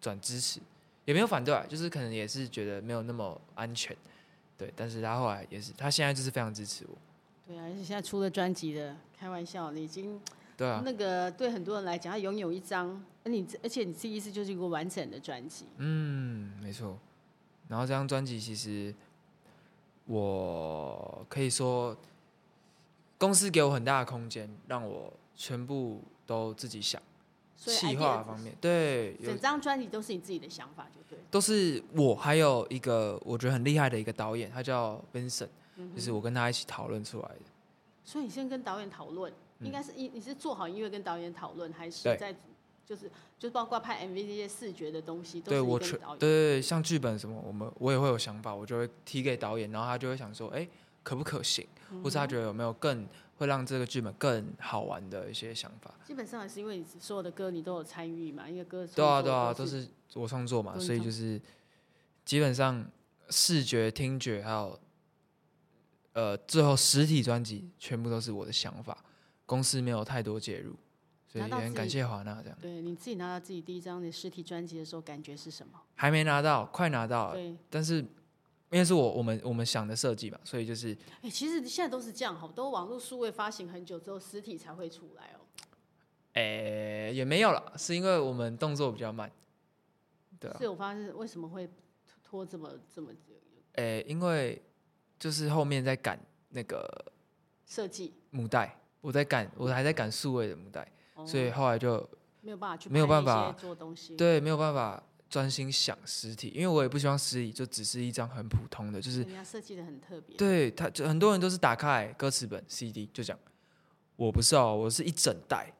[SPEAKER 2] 转支持，也没有反对啊，就是可能也是觉得没有那么安全，对。但是她后来也是，她现在就是非常支持我，
[SPEAKER 1] 对啊，而且现在出了专辑的，开玩笑，你已经、
[SPEAKER 2] 对啊，
[SPEAKER 1] 那个对很多人来讲，他拥有一张，而你而且你这一次就是一个完整的专辑，
[SPEAKER 2] 嗯，没错。然后这张专辑其实我可以说，公司给我很大的空间，让我全部都自己想，
[SPEAKER 1] 所以
[SPEAKER 2] 企划
[SPEAKER 1] idea
[SPEAKER 2] 方面，对，有
[SPEAKER 1] 整张专辑都是你自己的想法，就对了。
[SPEAKER 2] 都是我还有一个我觉得很厉害的一个导演，他叫 Vincent，、就是
[SPEAKER 1] 嗯
[SPEAKER 2] 我跟他一起讨论出来的。
[SPEAKER 1] 所以你先跟导演讨论，应该是你你是做好音乐跟导演讨论，还是
[SPEAKER 2] 嗯对
[SPEAKER 1] 在就是就包括拍 MV 这些视觉的东西，都
[SPEAKER 2] 对
[SPEAKER 1] 是
[SPEAKER 2] 我
[SPEAKER 1] 你
[SPEAKER 2] 全
[SPEAKER 1] 跟
[SPEAKER 2] 对
[SPEAKER 1] 导演。
[SPEAKER 2] 对对，像剧本什么，我们我也会有想法，我就会提给导演，然后他就会想说，哎、可不可行，
[SPEAKER 1] 嗯
[SPEAKER 2] 或是他觉得有没有更会让这个剧本更好玩的一些想法。
[SPEAKER 1] 基本上也是因为你所有的歌你都有参与嘛，因为歌
[SPEAKER 2] 对
[SPEAKER 1] 创作
[SPEAKER 2] 啊对啊，
[SPEAKER 1] 都
[SPEAKER 2] 都是我创作嘛，
[SPEAKER 1] 都是
[SPEAKER 2] 所以
[SPEAKER 1] 创
[SPEAKER 2] 就是基本上视觉、听觉还有呃最后实体专辑全部都是我的想法，公司没有太多介入，所以
[SPEAKER 1] 拿
[SPEAKER 2] 也
[SPEAKER 1] 到
[SPEAKER 2] 很
[SPEAKER 1] 自
[SPEAKER 2] 感
[SPEAKER 1] 己
[SPEAKER 2] 谢华纳这样。
[SPEAKER 1] 对你自己拿到自己第一张的实体专辑的时候，感觉是什么？
[SPEAKER 2] 还没拿到，快拿到了。
[SPEAKER 1] 对，
[SPEAKER 2] 但是因为是我我们我们想的设计嘛，所以就是
[SPEAKER 1] 哎、其实现在都是这样，好多网络数位发行很久之后，实体才会出来哦。
[SPEAKER 2] 诶、也没有了，是因为我们动作比较慢，对啊
[SPEAKER 1] 所，以我发现为什么会拖这么这么
[SPEAKER 2] 诶、因为就是后面在赶那个
[SPEAKER 1] 设计，
[SPEAKER 2] 母带，我在赶，我还在赶数位的母带，
[SPEAKER 1] 哦、
[SPEAKER 2] 所以后来就
[SPEAKER 1] 没有办法去
[SPEAKER 2] 没有
[SPEAKER 1] 拍
[SPEAKER 2] 办
[SPEAKER 1] 那
[SPEAKER 2] 法
[SPEAKER 1] 些做东西。
[SPEAKER 2] 对没有办法专心想实体，因为我也不希望实体就只是一张很普通的，就是
[SPEAKER 1] 人家设计的很特别。
[SPEAKER 2] 对他，就很多人都是打开歌词本 CD 就讲，我不是哦，我是一整袋，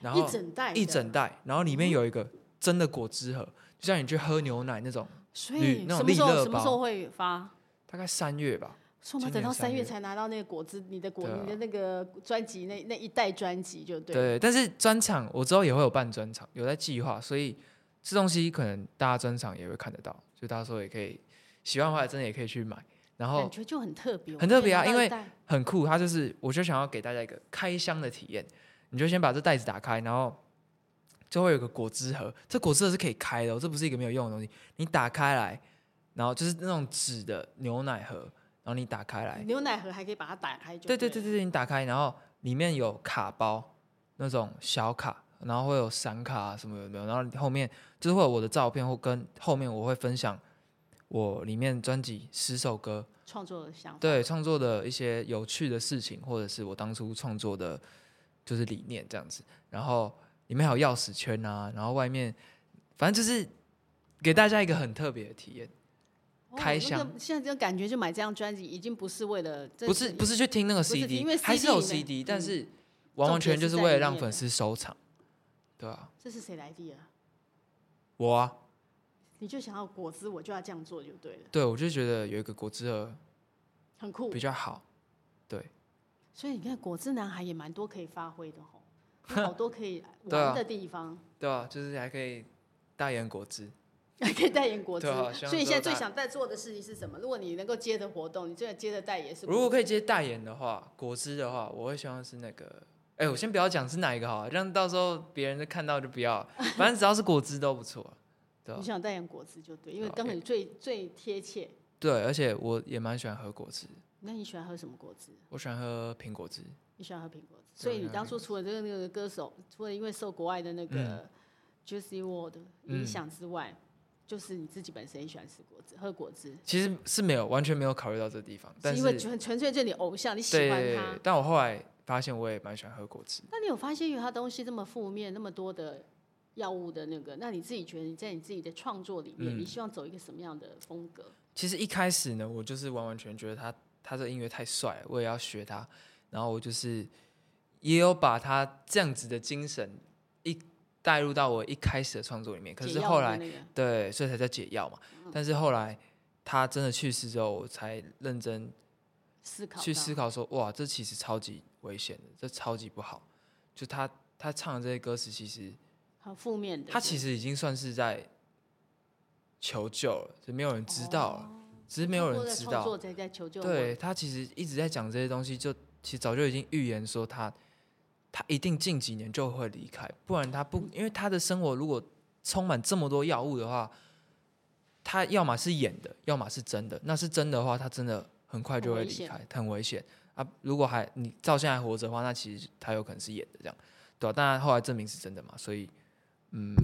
[SPEAKER 2] 然后
[SPEAKER 1] 一整袋的，
[SPEAKER 2] 一整袋，然后里面有一个真的果汁盒，就像你去喝牛奶那种，
[SPEAKER 1] 所
[SPEAKER 2] 绿
[SPEAKER 1] 以
[SPEAKER 2] 那
[SPEAKER 1] 什
[SPEAKER 2] 种
[SPEAKER 1] 么时
[SPEAKER 2] 利乐
[SPEAKER 1] 候什么
[SPEAKER 2] 包
[SPEAKER 1] 时候会发？
[SPEAKER 2] 大概三月吧，
[SPEAKER 1] 说我们
[SPEAKER 2] 今
[SPEAKER 1] 等
[SPEAKER 2] 年
[SPEAKER 1] 到
[SPEAKER 2] 三
[SPEAKER 1] 三
[SPEAKER 2] 月
[SPEAKER 1] 月才拿到那个果汁，你的果，
[SPEAKER 2] 对啊
[SPEAKER 1] 你的那个专辑那那一袋专辑就对了。
[SPEAKER 2] 对，但是专场我之后也会有办专场，有在计划，所以这东西可能大家专场也会看得到，就到时候也可以喜欢的话，真的也可以去买。然
[SPEAKER 1] 感
[SPEAKER 2] 后
[SPEAKER 1] 觉就很特别，我
[SPEAKER 2] 很
[SPEAKER 1] 可以
[SPEAKER 2] 特别啊
[SPEAKER 1] 拿到
[SPEAKER 2] 因
[SPEAKER 1] 一
[SPEAKER 2] 为
[SPEAKER 1] 袋
[SPEAKER 2] 很酷，它就是我就想要给大家一个开箱的体验，你就先把这袋子打开，然后就会有个果汁盒，这果汁盒是可以开的、哦，这不是一个没有用的东西。你打开来，然后就是那种纸的牛奶盒，然后你打开来，
[SPEAKER 1] 牛奶盒还可以把它打开就
[SPEAKER 2] 哎对
[SPEAKER 1] 对
[SPEAKER 2] 对对
[SPEAKER 1] 了
[SPEAKER 2] 对，你打开，然后里面有卡包那种小卡，然后会有闪卡啊什么有没有？然后后面就是会有我的照片，或跟后面我会分享我里面专辑十首歌，
[SPEAKER 1] 创作的想法。
[SPEAKER 2] 对创作的一些有趣的事情，或者是我当初创作的，就是理念这样子。然后里面还有钥匙圈啊，然后外面反正就是给大家一个很特别的体验，
[SPEAKER 1] 哦
[SPEAKER 2] 开
[SPEAKER 1] 那
[SPEAKER 2] 箱
[SPEAKER 1] 个现在这个感觉就买这张专辑，已经不是为了这
[SPEAKER 2] 不是不是去听那个
[SPEAKER 1] 不是
[SPEAKER 2] CD，
[SPEAKER 1] 因为
[SPEAKER 2] 还是
[SPEAKER 1] CD
[SPEAKER 2] 有
[SPEAKER 1] 里面
[SPEAKER 2] CD，但
[SPEAKER 1] 嗯
[SPEAKER 2] 是完完
[SPEAKER 1] 重点
[SPEAKER 2] 全就是是
[SPEAKER 1] 在
[SPEAKER 2] 为了
[SPEAKER 1] 里
[SPEAKER 2] 让
[SPEAKER 1] 面
[SPEAKER 2] 粉
[SPEAKER 1] 的
[SPEAKER 2] 丝收藏，对啊，
[SPEAKER 1] 这是谁来 idea？
[SPEAKER 2] 我啊，
[SPEAKER 1] 你就想要果汁，我就要这样做就对了，
[SPEAKER 2] 对我就觉得有一个果汁盒
[SPEAKER 1] 很酷
[SPEAKER 2] 比。较
[SPEAKER 1] 嗯
[SPEAKER 2] 好，
[SPEAKER 1] 所以你看，果汁男孩也蛮多可以发挥的
[SPEAKER 2] <laughs>
[SPEAKER 1] 吼，有好多可以
[SPEAKER 2] 对啊
[SPEAKER 1] 玩的地方，
[SPEAKER 2] 对啊，就是还可以代言果汁，
[SPEAKER 1] 还可以代言果汁
[SPEAKER 2] 对啊。希望
[SPEAKER 1] 所以你
[SPEAKER 2] 之后
[SPEAKER 1] 现在最
[SPEAKER 2] 大
[SPEAKER 1] 想在做的事情是什么？如果你能够接的活动，你最想接的代言是果汁？
[SPEAKER 2] 如果可以接代言的话，果汁的话，我会希望是那个。哎、
[SPEAKER 1] 嗯
[SPEAKER 2] 我先不要讲是哪一个好了，让到时候别人就看到就
[SPEAKER 1] <laughs>
[SPEAKER 2] 不要了。反正只要是果汁都不错，对啊
[SPEAKER 1] 你想代言果汁就对，因为
[SPEAKER 2] 对啊
[SPEAKER 1] 刚好
[SPEAKER 2] 也
[SPEAKER 1] 最最贴切。
[SPEAKER 2] 对，而且我也蛮喜欢喝果汁，
[SPEAKER 1] 那你喜欢喝什么果汁？
[SPEAKER 2] 我喜欢喝苹果汁。
[SPEAKER 1] 你喜欢喝苹果汁，
[SPEAKER 2] 对
[SPEAKER 1] 所以
[SPEAKER 2] 我喜
[SPEAKER 1] 你
[SPEAKER 2] 欢
[SPEAKER 1] 当
[SPEAKER 2] 苹
[SPEAKER 1] 初除了这个那个歌手，除了因为受国外的那个 Juicy World
[SPEAKER 2] 嗯
[SPEAKER 1] 影响之外，就是你自己本身也喜欢吃果汁、喝果汁，
[SPEAKER 2] 其实是没有完全没有考虑到这地方，但
[SPEAKER 1] 是
[SPEAKER 2] 是
[SPEAKER 1] 因为纯纯粹就你偶像，你喜欢
[SPEAKER 2] 对
[SPEAKER 1] 他。，
[SPEAKER 2] 但我后来发现我也蛮喜欢喝果汁。
[SPEAKER 1] 那你有发现，因为他东西这么负面，那么多的药物的那个，那你自己觉得你在你自己的创作里面，
[SPEAKER 2] 嗯
[SPEAKER 1] 你希望走一个什么样的风格？
[SPEAKER 2] 其实一开始呢，我就是完完全觉得他他这音乐太帅了，我也要学他。然后我就是也有把他这样子的精神一带入到我一开始的创作里面。可
[SPEAKER 1] 解
[SPEAKER 2] 是
[SPEAKER 1] 药
[SPEAKER 2] 后
[SPEAKER 1] 物的
[SPEAKER 2] 来，
[SPEAKER 1] 那个嗯
[SPEAKER 2] 对，所以才叫解药嘛。但是后来他真的去世之后，我才认真
[SPEAKER 1] 思考
[SPEAKER 2] 去
[SPEAKER 1] 到
[SPEAKER 2] 思考说，哇，这其实超级危险的，这超级不好。就他他唱的这些歌词，其实
[SPEAKER 1] 很负面的，
[SPEAKER 2] 他其实已经算是在求救了，只是没有人知道了，只是没有
[SPEAKER 1] 哦通过
[SPEAKER 2] 人
[SPEAKER 1] 在
[SPEAKER 2] 知
[SPEAKER 1] 创
[SPEAKER 2] 道
[SPEAKER 1] 作。在在求救吗，
[SPEAKER 2] 对他其实一直在讲这些东西，就其实早就已经预言说他他一定近几年就会离开，不然他不因为他的生活如果充满这么多药物的话，他要么是演的，要么是真的。那是真的话，他真的很快就
[SPEAKER 1] 很
[SPEAKER 2] 会
[SPEAKER 1] 危
[SPEAKER 2] 离
[SPEAKER 1] 险
[SPEAKER 2] 开，很危险啊！如果还你到现在还活着的话，那其实他有可能是演的这样，对吧、啊当然后来证明是真的嘛，所以嗯，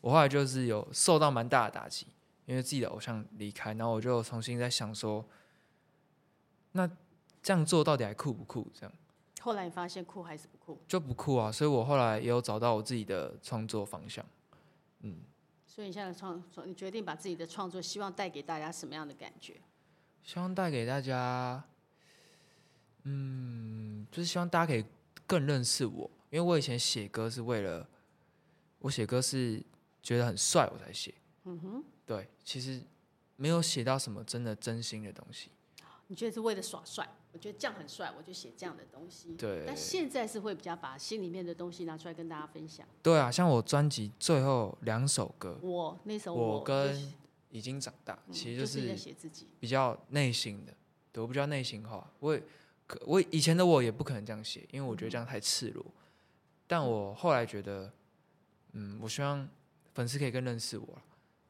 [SPEAKER 2] 我后来就是有受到蛮大的打击，因为自己的偶像离开，然后我就重新在想说，那这样做到底还酷不酷？这样。
[SPEAKER 1] 后来你发现酷还是不酷，
[SPEAKER 2] 就不酷啊，所以我后来也有找到我自己的创作方向。
[SPEAKER 1] 所以你现在创创，你决定把自己的创作希望带给大家什么样的感觉？
[SPEAKER 2] 希望带给大家，嗯，就是希望大家可以更认识我，因为我以前写歌是为了，我写歌是觉得很帅我才写，嗯哼，对，其实没有写到什么真的真心的东西，
[SPEAKER 1] 你觉得是为了耍帅？我觉得这样很帅，我就写这样的东西。
[SPEAKER 2] 对
[SPEAKER 1] 嗯但现在是会比较把心里面的东西拿出来跟大家分享。
[SPEAKER 2] 对啊，像我专辑最后两首歌，
[SPEAKER 1] 我那时候
[SPEAKER 2] 嗯我
[SPEAKER 1] 就
[SPEAKER 2] 跟
[SPEAKER 1] 是
[SPEAKER 2] 已经长大，
[SPEAKER 1] 嗯
[SPEAKER 2] 其实
[SPEAKER 1] 就
[SPEAKER 2] 就是
[SPEAKER 1] 在写自己，
[SPEAKER 2] 比较内心的，对我比较内心化。我也可我以前的我也不可能这样写，因为我觉得这样太赤裸。但我后来觉得，嗯，我希望粉丝可以更认识我啦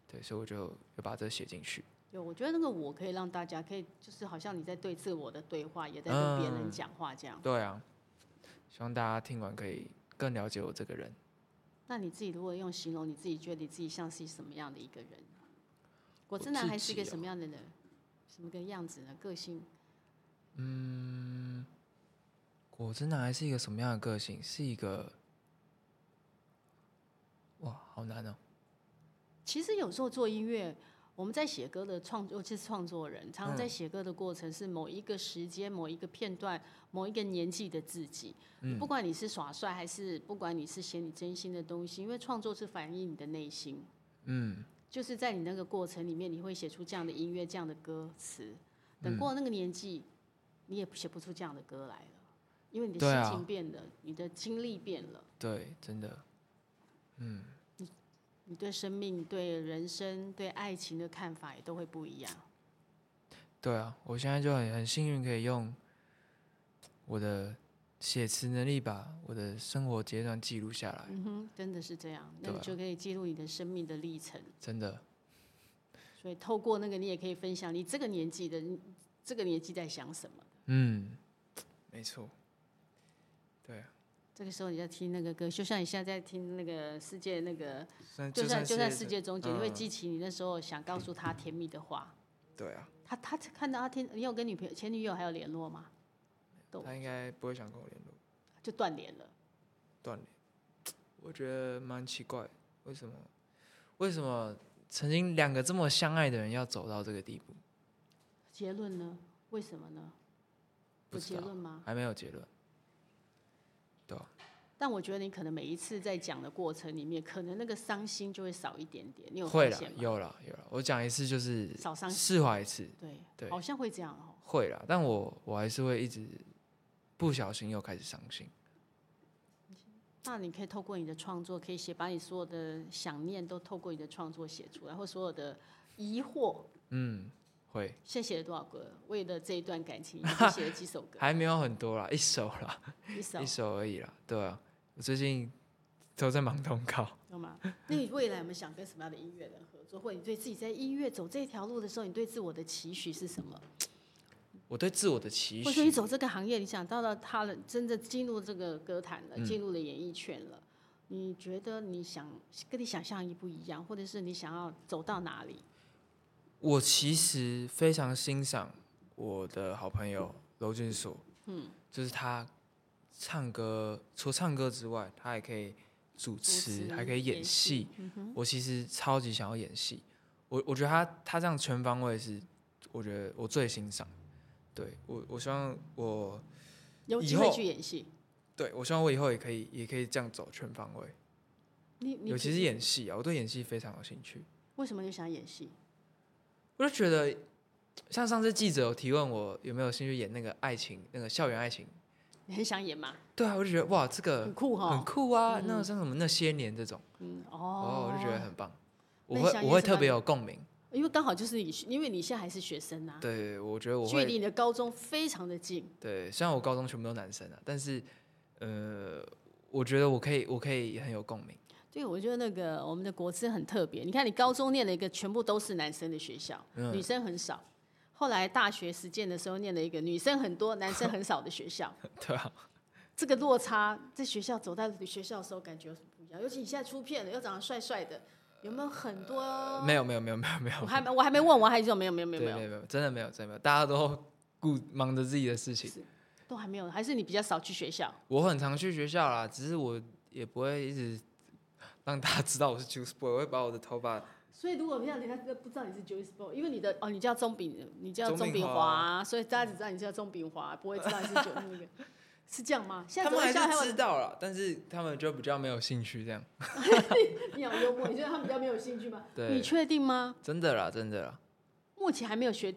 [SPEAKER 2] 对，所以我就有把这写进去。
[SPEAKER 1] 有，我觉得那个我可以让大家可以，就是好像你在对自我的对话，也在跟别人
[SPEAKER 2] 嗯
[SPEAKER 1] 讲话这样。
[SPEAKER 2] 对啊，希望大家听完可以更了解我这个人。
[SPEAKER 1] 那你自己如果用形容，你自己觉得你自己像是什么样的一个人？果
[SPEAKER 2] 我
[SPEAKER 1] 真男
[SPEAKER 2] 自
[SPEAKER 1] 孩是一
[SPEAKER 2] 己哦
[SPEAKER 1] 个什么样的人？什么个样子呢？个性
[SPEAKER 2] 果真男孩是一个什么样的个性？是一个，哇，好难哦。
[SPEAKER 1] 其实有时候做音乐，我们在写歌的创，尤其是创作人，常常在写歌的过程是某一个时间、某一个片段、某一个年纪的自己。
[SPEAKER 2] 嗯
[SPEAKER 1] 不管你是耍帅，还是不管你是写你真心的东西，因为创作是反映你的内心。
[SPEAKER 2] 嗯，
[SPEAKER 1] 就是在你那个过程里面，你会写出这样的音乐、这样的歌词。
[SPEAKER 2] 嗯
[SPEAKER 1] 等过了那个年纪，你也写不出这样的歌来了，因为你的
[SPEAKER 2] 对啊
[SPEAKER 1] 心情变了，你的经历变了。
[SPEAKER 2] 对，真的，
[SPEAKER 1] 你对生命、对人生、对爱情的看法也都会不一样。
[SPEAKER 2] 对啊，我现在就很很幸运，可以用我的写词能力把我的生活阶段记录下来，
[SPEAKER 1] 嗯哼，真的是这样，那
[SPEAKER 2] 对
[SPEAKER 1] 你
[SPEAKER 2] 啊
[SPEAKER 1] 就可以记录你的生命的历程。
[SPEAKER 2] 真的，
[SPEAKER 1] 所以透过那个，你也可以分享你这个年纪的，你这个年纪在想什么。
[SPEAKER 2] 嗯，没错，对啊，
[SPEAKER 1] 这个时候你在听那个歌，就像你现在在听那个世界那个，
[SPEAKER 2] 算
[SPEAKER 1] 就算就算
[SPEAKER 2] 算
[SPEAKER 1] 世
[SPEAKER 2] 是
[SPEAKER 1] 界终结，你会
[SPEAKER 2] 嗯
[SPEAKER 1] 记起你那时候想告诉他甜蜜的话。
[SPEAKER 2] 对啊，
[SPEAKER 1] 他他看到他听，你有跟女朋友前女友还有联络吗？懂
[SPEAKER 2] 他应该不会想跟我联络，
[SPEAKER 1] 就断联了。
[SPEAKER 2] 断联，我觉得蛮奇怪，为什么？为什么曾经两个这么相爱的人要走到这个地步？
[SPEAKER 1] 结论呢？为什么呢？
[SPEAKER 2] 不
[SPEAKER 1] 有
[SPEAKER 2] 知
[SPEAKER 1] 结
[SPEAKER 2] 道
[SPEAKER 1] 论吗？
[SPEAKER 2] 还没有结论，对啊，
[SPEAKER 1] 但我觉得你可能每一次在讲的过程里面，可能那个伤心就会少一点点。你有发
[SPEAKER 2] 会啦
[SPEAKER 1] 现，吗？
[SPEAKER 2] 有啦，有啦，我讲一次就是
[SPEAKER 1] 少伤心，
[SPEAKER 2] 释怀一次。
[SPEAKER 1] 对，
[SPEAKER 2] 对
[SPEAKER 1] 好像会这样哦。
[SPEAKER 2] 会啦，但我我还是会一直不小心又开始伤心。
[SPEAKER 1] 那你可以透过你的创作，可以写把你所有的想念都透过你的创作写出来，或所有的疑惑。
[SPEAKER 2] 嗯，会
[SPEAKER 1] 现在写了多少歌？为了这一段感情，已经写了几首歌？
[SPEAKER 2] 还没有很多啦，一首啦，
[SPEAKER 1] 一首
[SPEAKER 2] <laughs> 一首而已啦。对啊，我最近都在忙通告。
[SPEAKER 1] 懂吗？那你未来有没有想跟什么样的音乐人合作，或者你对自己在音乐走这条路的时候，你对自我的期许是什么？
[SPEAKER 2] 我对自我的期
[SPEAKER 1] 或者说你
[SPEAKER 2] 许，嗯
[SPEAKER 1] 走这个行业，你想到了他了，真的进入这个歌坛了，进入了演艺圈了，你觉得你想跟你想象一不一样，或者是你想要走到哪里？
[SPEAKER 2] 我其实非常欣赏我的好朋友娄俊硕，嗯，就是他唱歌，除了唱歌之外，他还可以主持，
[SPEAKER 1] 持
[SPEAKER 2] 还可以演
[SPEAKER 1] 演
[SPEAKER 2] 戏。嗯我其实超级想要演戏，我我觉得他他这样全方位是，我觉得我最欣赏。对我，我希望我
[SPEAKER 1] 有
[SPEAKER 2] 以
[SPEAKER 1] 机会
[SPEAKER 2] 后
[SPEAKER 1] 去演戏？
[SPEAKER 2] 对我希望我以后也可以也可以这样走全方位，
[SPEAKER 1] 你你
[SPEAKER 2] 尤其
[SPEAKER 1] 自
[SPEAKER 2] 是
[SPEAKER 1] 己
[SPEAKER 2] 演戏啊，我对演戏非常有兴趣。
[SPEAKER 1] 为什么你想演戏？
[SPEAKER 2] 我就觉得，像上次记者有提问我有没有兴趣演那个爱情，那个校园爱情，
[SPEAKER 1] 你很想演吗？
[SPEAKER 2] 对啊，我就觉得哇，这
[SPEAKER 1] 很
[SPEAKER 2] 个
[SPEAKER 1] 酷
[SPEAKER 2] 很
[SPEAKER 1] 哈。
[SPEAKER 2] 酷啊，那个像什么那些年这种，
[SPEAKER 1] 嗯
[SPEAKER 2] 哦，
[SPEAKER 1] 哦
[SPEAKER 2] 我就觉得很棒，我
[SPEAKER 1] 那你想
[SPEAKER 2] 会
[SPEAKER 1] 演
[SPEAKER 2] 我会
[SPEAKER 1] 什
[SPEAKER 2] 特
[SPEAKER 1] 么
[SPEAKER 2] 别有共鸣，
[SPEAKER 1] 因为刚好就是你，因为你现在还是学生啊，
[SPEAKER 2] 对对，对我觉得我
[SPEAKER 1] 距
[SPEAKER 2] 会
[SPEAKER 1] 离你的高中非常的近。
[SPEAKER 2] 对，虽然我高中全部都男生啊，但是呃，我觉得我可以我可以很有共鸣，
[SPEAKER 1] 对，我觉得那个我们的国资很特别。你看，你高中念了一个全部都是男生的学校，
[SPEAKER 2] 嗯
[SPEAKER 1] 女生很少。后来大学实践的时候念了一个女生很多、男生很少的学校，
[SPEAKER 2] <laughs> 对啊，
[SPEAKER 1] 这个落差在学校走在学校的时候感觉不一样。尤其你现在出片了，又长得帅帅的，有没有很多？
[SPEAKER 2] 没有没有没有没有没有
[SPEAKER 1] 我，还没我还没问，我还说没有哦没有没
[SPEAKER 2] 对
[SPEAKER 1] 有没
[SPEAKER 2] 没
[SPEAKER 1] 有
[SPEAKER 2] 有，没有，真的没有真的没有，大家都顾忙着自己的事情。
[SPEAKER 1] 都还没有，还是你比较少去学校。
[SPEAKER 2] 我很常去学校啦，只是我也不会一直让大家知道我是 Juice Boy，我会把我的头发
[SPEAKER 1] 所以如果让人家不知道你是 Juice b o y 因为你的哦，你叫钟炳，你叫
[SPEAKER 2] 钟
[SPEAKER 1] 钟
[SPEAKER 2] 炳
[SPEAKER 1] 炳
[SPEAKER 2] 华
[SPEAKER 1] 华，所以大家只知道你叫钟炳华，不会知道你是九那个， <laughs> 是这样吗？现
[SPEAKER 2] 他
[SPEAKER 1] 在
[SPEAKER 2] 们还
[SPEAKER 1] 学校还
[SPEAKER 2] 是
[SPEAKER 1] 有
[SPEAKER 2] 知道了，但是他们就比较没有兴趣这样。
[SPEAKER 1] 你好幽默，你觉得他们比较没有兴趣吗？你
[SPEAKER 2] 对，
[SPEAKER 1] 确定吗？
[SPEAKER 2] 真的啦，真的啦。
[SPEAKER 1] 目前还没有学。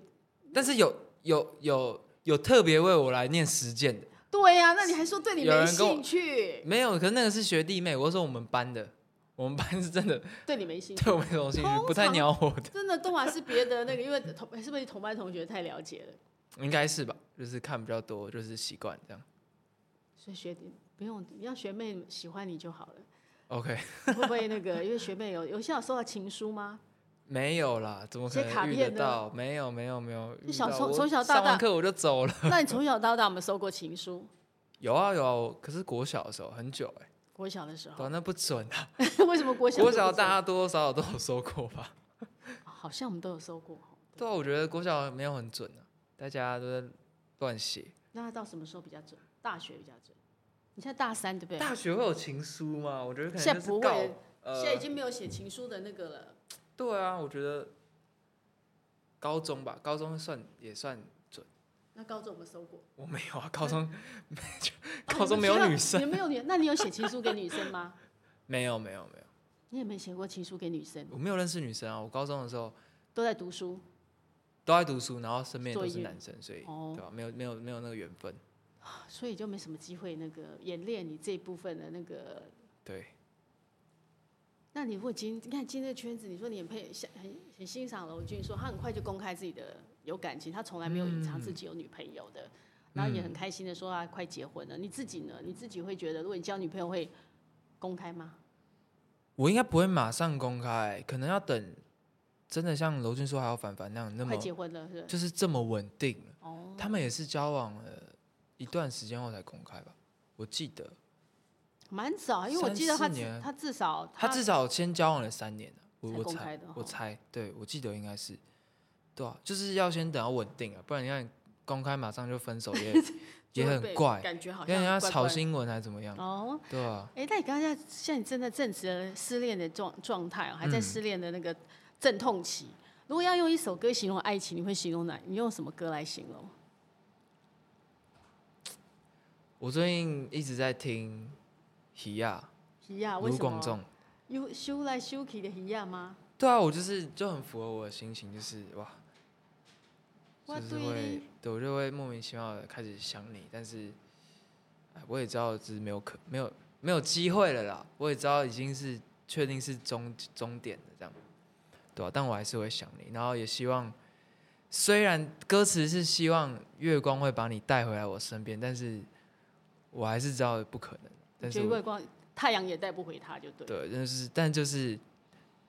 [SPEAKER 2] 但是有有有有特别为我来念实践的，
[SPEAKER 1] 对呀、那你还说对你
[SPEAKER 2] 有
[SPEAKER 1] 没
[SPEAKER 2] 人跟我
[SPEAKER 1] 兴趣，
[SPEAKER 2] 没有，可是那个是学弟妹，我是说我们班的，我们班是真的
[SPEAKER 1] 对你没兴趣，
[SPEAKER 2] 对我没什么兴
[SPEAKER 1] 通
[SPEAKER 2] 趣，
[SPEAKER 1] 常
[SPEAKER 2] 不太鸟我的，
[SPEAKER 1] 真的都还是别的那个，因为同是不是同班同学太了解了，
[SPEAKER 2] 应该是吧？就是看比较多，就是习惯这样。
[SPEAKER 1] 所以学弟不用，你让学妹喜欢你就好了。
[SPEAKER 2] OK，
[SPEAKER 1] 会不会那个？因 <laughs> 为学妹有有些有收到情书吗？
[SPEAKER 2] 没有啦，怎么可
[SPEAKER 1] 写卡
[SPEAKER 2] 能遇得
[SPEAKER 1] 片呢
[SPEAKER 2] 到？没有没有没有，
[SPEAKER 1] 你
[SPEAKER 2] 遇
[SPEAKER 1] 小
[SPEAKER 2] 到
[SPEAKER 1] 从
[SPEAKER 2] 我
[SPEAKER 1] 从小到
[SPEAKER 2] 上
[SPEAKER 1] 大
[SPEAKER 2] 完课我就走了。
[SPEAKER 1] 那你从小到大有没有收过情书？
[SPEAKER 2] 有啊有啊，我可是国小的时候很久哎、
[SPEAKER 1] 国小的时候
[SPEAKER 2] 欸，。对啊、那不准啊。
[SPEAKER 1] 为什么哦 <laughs> 国小
[SPEAKER 2] 国小
[SPEAKER 1] 就不
[SPEAKER 2] 大家多多少少都有收过
[SPEAKER 1] <laughs>
[SPEAKER 2] 吧？
[SPEAKER 1] 收好像我们都有收过？
[SPEAKER 2] 对啊，我觉得国小没有很准啊，大家都在乱写。
[SPEAKER 1] 那到什么时候比较准？大学比较准。你现在大三对不对？
[SPEAKER 2] 大学会有情书吗？我觉得可能
[SPEAKER 1] 现在
[SPEAKER 2] 就是
[SPEAKER 1] 不会
[SPEAKER 2] 告
[SPEAKER 1] 了现在已
[SPEAKER 2] 呃，
[SPEAKER 1] 经没有写情书的那个了。
[SPEAKER 2] 对啊，我觉得高中吧，高中算也算准。
[SPEAKER 1] 那高中我们收过，
[SPEAKER 2] 我没有啊，高
[SPEAKER 1] <laughs>
[SPEAKER 2] 中
[SPEAKER 1] 啊
[SPEAKER 2] 高中没有
[SPEAKER 1] 你们
[SPEAKER 2] 女，生
[SPEAKER 1] 学校你们没有女，那你有写情书给女生吗？ <laughs>
[SPEAKER 2] 没有没有没有，
[SPEAKER 1] 你也没写过情书给女生，
[SPEAKER 2] 我没有认识女生啊。我高中的时候
[SPEAKER 1] 都在读书。都
[SPEAKER 2] 都在读书，然后身边
[SPEAKER 1] 作
[SPEAKER 2] 都是
[SPEAKER 1] 业
[SPEAKER 2] 男生，所以
[SPEAKER 1] 哦
[SPEAKER 2] 对啊吧、没有没有没有那个缘分。
[SPEAKER 1] 所以就没什么机会那个演练你这一部分的那个。
[SPEAKER 2] 对，
[SPEAKER 1] 那你如果今你看今天这个圈子，你说你很佩很很欣赏娄俊说他很快就公开自己的有感情，他从来没有隐藏自己有女朋友的，
[SPEAKER 2] 嗯
[SPEAKER 1] 然后也很开心的说他快结婚了。你自己呢？你自己会觉得，如果你交女朋友会公开吗？
[SPEAKER 2] 我应该不会马上公开，可能要等真的像娄俊说还有凡凡那样那么
[SPEAKER 1] 快结婚了是不是？
[SPEAKER 2] 就是这么稳定了。
[SPEAKER 1] 哦，
[SPEAKER 2] 他们也是交往了一段时间后才公开吧，我记得
[SPEAKER 1] 哦蛮早，啊因为我记得他
[SPEAKER 2] 三四
[SPEAKER 1] 至
[SPEAKER 2] 年
[SPEAKER 1] 他至少
[SPEAKER 2] 他至少先交往了三年了
[SPEAKER 1] 才
[SPEAKER 2] 我我
[SPEAKER 1] 公
[SPEAKER 2] 猜
[SPEAKER 1] 开的
[SPEAKER 2] 我
[SPEAKER 1] 哦
[SPEAKER 2] 猜，对我记得应该是，对啊，就是要先等到稳定啊，不然你看公开马上就分手
[SPEAKER 1] <laughs>
[SPEAKER 2] 也
[SPEAKER 1] 就
[SPEAKER 2] 也
[SPEAKER 1] 会
[SPEAKER 2] 很
[SPEAKER 1] 被
[SPEAKER 2] 怪，
[SPEAKER 1] 感觉好
[SPEAKER 2] 跟
[SPEAKER 1] 像
[SPEAKER 2] 人家
[SPEAKER 1] 怪
[SPEAKER 2] 炒
[SPEAKER 1] 怪的
[SPEAKER 2] 新闻还怎么样，
[SPEAKER 1] 哦。
[SPEAKER 2] 对啊，
[SPEAKER 1] 哎，那你刚刚像你正在正值的失恋的状状态哦，还在
[SPEAKER 2] 嗯
[SPEAKER 1] 失恋的那个阵痛期。如果要用一首歌形容爱情，你会形容哪？你用什么歌来形容？
[SPEAKER 2] 我最近一直在听喜亚
[SPEAKER 1] 皮亚啊为
[SPEAKER 2] 卢
[SPEAKER 1] 什
[SPEAKER 2] 广
[SPEAKER 1] 么？
[SPEAKER 2] 仲。
[SPEAKER 1] 有修来修去的皮亚吗？
[SPEAKER 2] 对啊，我就是就很符合我的心情，就是哇，
[SPEAKER 1] 我
[SPEAKER 2] 就是
[SPEAKER 1] 对
[SPEAKER 2] 会
[SPEAKER 1] 你，
[SPEAKER 2] 对我就会莫名其妙的开始想你，但是，哎，我也知道就是没有可没有没有机会了啦，我也知道已经是确定是终终点了这样，对啊，但我还是会想你，然后也希望，虽然歌词是希望月光会把你带回来我身边，但是我还是知道不可能，但是
[SPEAKER 1] 觉得
[SPEAKER 2] 我
[SPEAKER 1] 月光太阳也带不回他，就对。
[SPEAKER 2] 对，但是但就是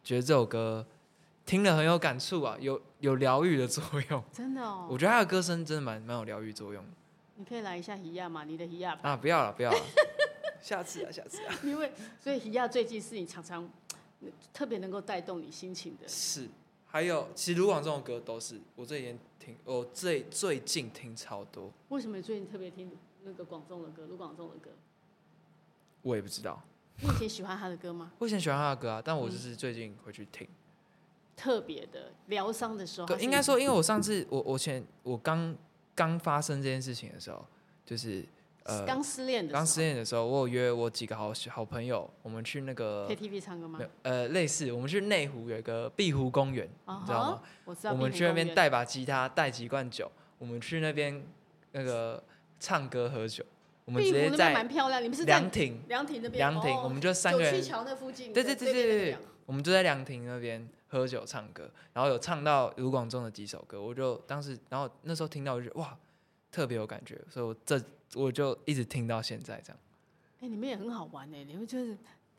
[SPEAKER 2] 觉得这首歌听了很有感触啊，有有疗愈的作用。
[SPEAKER 1] 真的哦
[SPEAKER 2] 我，觉得他的歌声真的蛮蛮有疗愈作用的啊
[SPEAKER 1] 你可以来一下皮亚嘛，你的皮亚吧。啊
[SPEAKER 2] 啊！不要了，不要了， <laughs> 下次啊，下次啊，
[SPEAKER 1] <laughs> 因为所以 Hiya 最近是你常常呃特别能够带动你心情的。
[SPEAKER 2] 是。还有，其实卢广这种歌都是我最近听，我最最近听超多，
[SPEAKER 1] 为什么最近特别听那个广仲的歌，卢广仲的歌？
[SPEAKER 2] 我也不知道。
[SPEAKER 1] 你以前喜欢他的歌吗？
[SPEAKER 2] 我以前喜欢他的歌啊，但我就是最近回去听。
[SPEAKER 1] 特别的疗伤的时候，
[SPEAKER 2] 对，嗯
[SPEAKER 1] 还是
[SPEAKER 2] 应该说，因为我上次我我前我刚刚发生这件事情的时候，就是呃
[SPEAKER 1] 刚失恋的时候
[SPEAKER 2] 刚失恋的时候，我有约我几个好好朋友，我们去那个
[SPEAKER 1] KTV 唱歌吗
[SPEAKER 2] 没？有呃类似，我们去内湖有一个碧湖公园，
[SPEAKER 1] 啊
[SPEAKER 2] 你知道
[SPEAKER 1] 哈
[SPEAKER 2] 吗？
[SPEAKER 1] 我知道
[SPEAKER 2] 我
[SPEAKER 1] 碧湖公园。
[SPEAKER 2] 们去那边带把吉他，带几罐酒，我们去那边那个唱歌喝酒，我们直
[SPEAKER 1] 碧湖
[SPEAKER 2] 接
[SPEAKER 1] 那边
[SPEAKER 2] 在
[SPEAKER 1] 蛮漂亮，你们是在
[SPEAKER 2] 凉亭，
[SPEAKER 1] 凉亭那边？
[SPEAKER 2] 凉亭，
[SPEAKER 1] 哦
[SPEAKER 2] 我们就三
[SPEAKER 1] 九
[SPEAKER 2] 个人
[SPEAKER 1] 曲桥那附近。
[SPEAKER 2] 对对对
[SPEAKER 1] 那边
[SPEAKER 2] 对
[SPEAKER 1] 的
[SPEAKER 2] 对
[SPEAKER 1] 凉
[SPEAKER 2] 我们就在凉亭那边喝酒唱歌，然后有唱到卢广仲的几首歌，我就当时，然后那时候听到我就觉得哇，特别有感觉，所以我这我就一直听到现在这样。
[SPEAKER 1] 哎、你们也很好玩哎、你们就是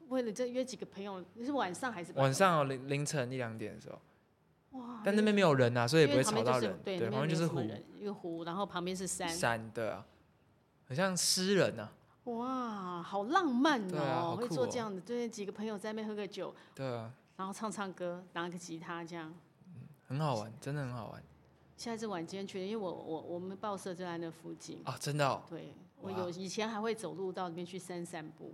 [SPEAKER 1] 为了这约几个朋友，你是晚上还是白天
[SPEAKER 2] 晚？上哦凌凌晨一两点的时候，
[SPEAKER 1] 哇
[SPEAKER 2] 但那边没有人啊，所以也
[SPEAKER 1] 因
[SPEAKER 2] 不
[SPEAKER 1] 为
[SPEAKER 2] 会
[SPEAKER 1] 旁
[SPEAKER 2] 吵
[SPEAKER 1] 边
[SPEAKER 2] 到
[SPEAKER 1] 就是
[SPEAKER 2] 人，
[SPEAKER 1] 对，
[SPEAKER 2] 对，
[SPEAKER 1] 那边
[SPEAKER 2] 旁边
[SPEAKER 1] 没有
[SPEAKER 2] 就是
[SPEAKER 1] 什么
[SPEAKER 2] 湖
[SPEAKER 1] 人，一个湖，然后旁边是山，
[SPEAKER 2] 山，对啊，很像诗人啊，
[SPEAKER 1] 哇，好浪漫
[SPEAKER 2] 对
[SPEAKER 1] 哦、
[SPEAKER 2] 啊好
[SPEAKER 1] 会
[SPEAKER 2] 酷
[SPEAKER 1] 做
[SPEAKER 2] 哦
[SPEAKER 1] 这样的，对，几个朋友在那边喝个酒，
[SPEAKER 2] 对啊，
[SPEAKER 1] 然后唱唱歌，拿个吉他这样。
[SPEAKER 2] 很好玩，真的很好玩
[SPEAKER 1] 下次晚间去，因为我我我们报社就在那附近，
[SPEAKER 2] 啊，真的、哦， <laughs>
[SPEAKER 1] 对我
[SPEAKER 2] 哇
[SPEAKER 1] 有以前还会走路到那边去散散
[SPEAKER 2] <laughs>
[SPEAKER 1] 步，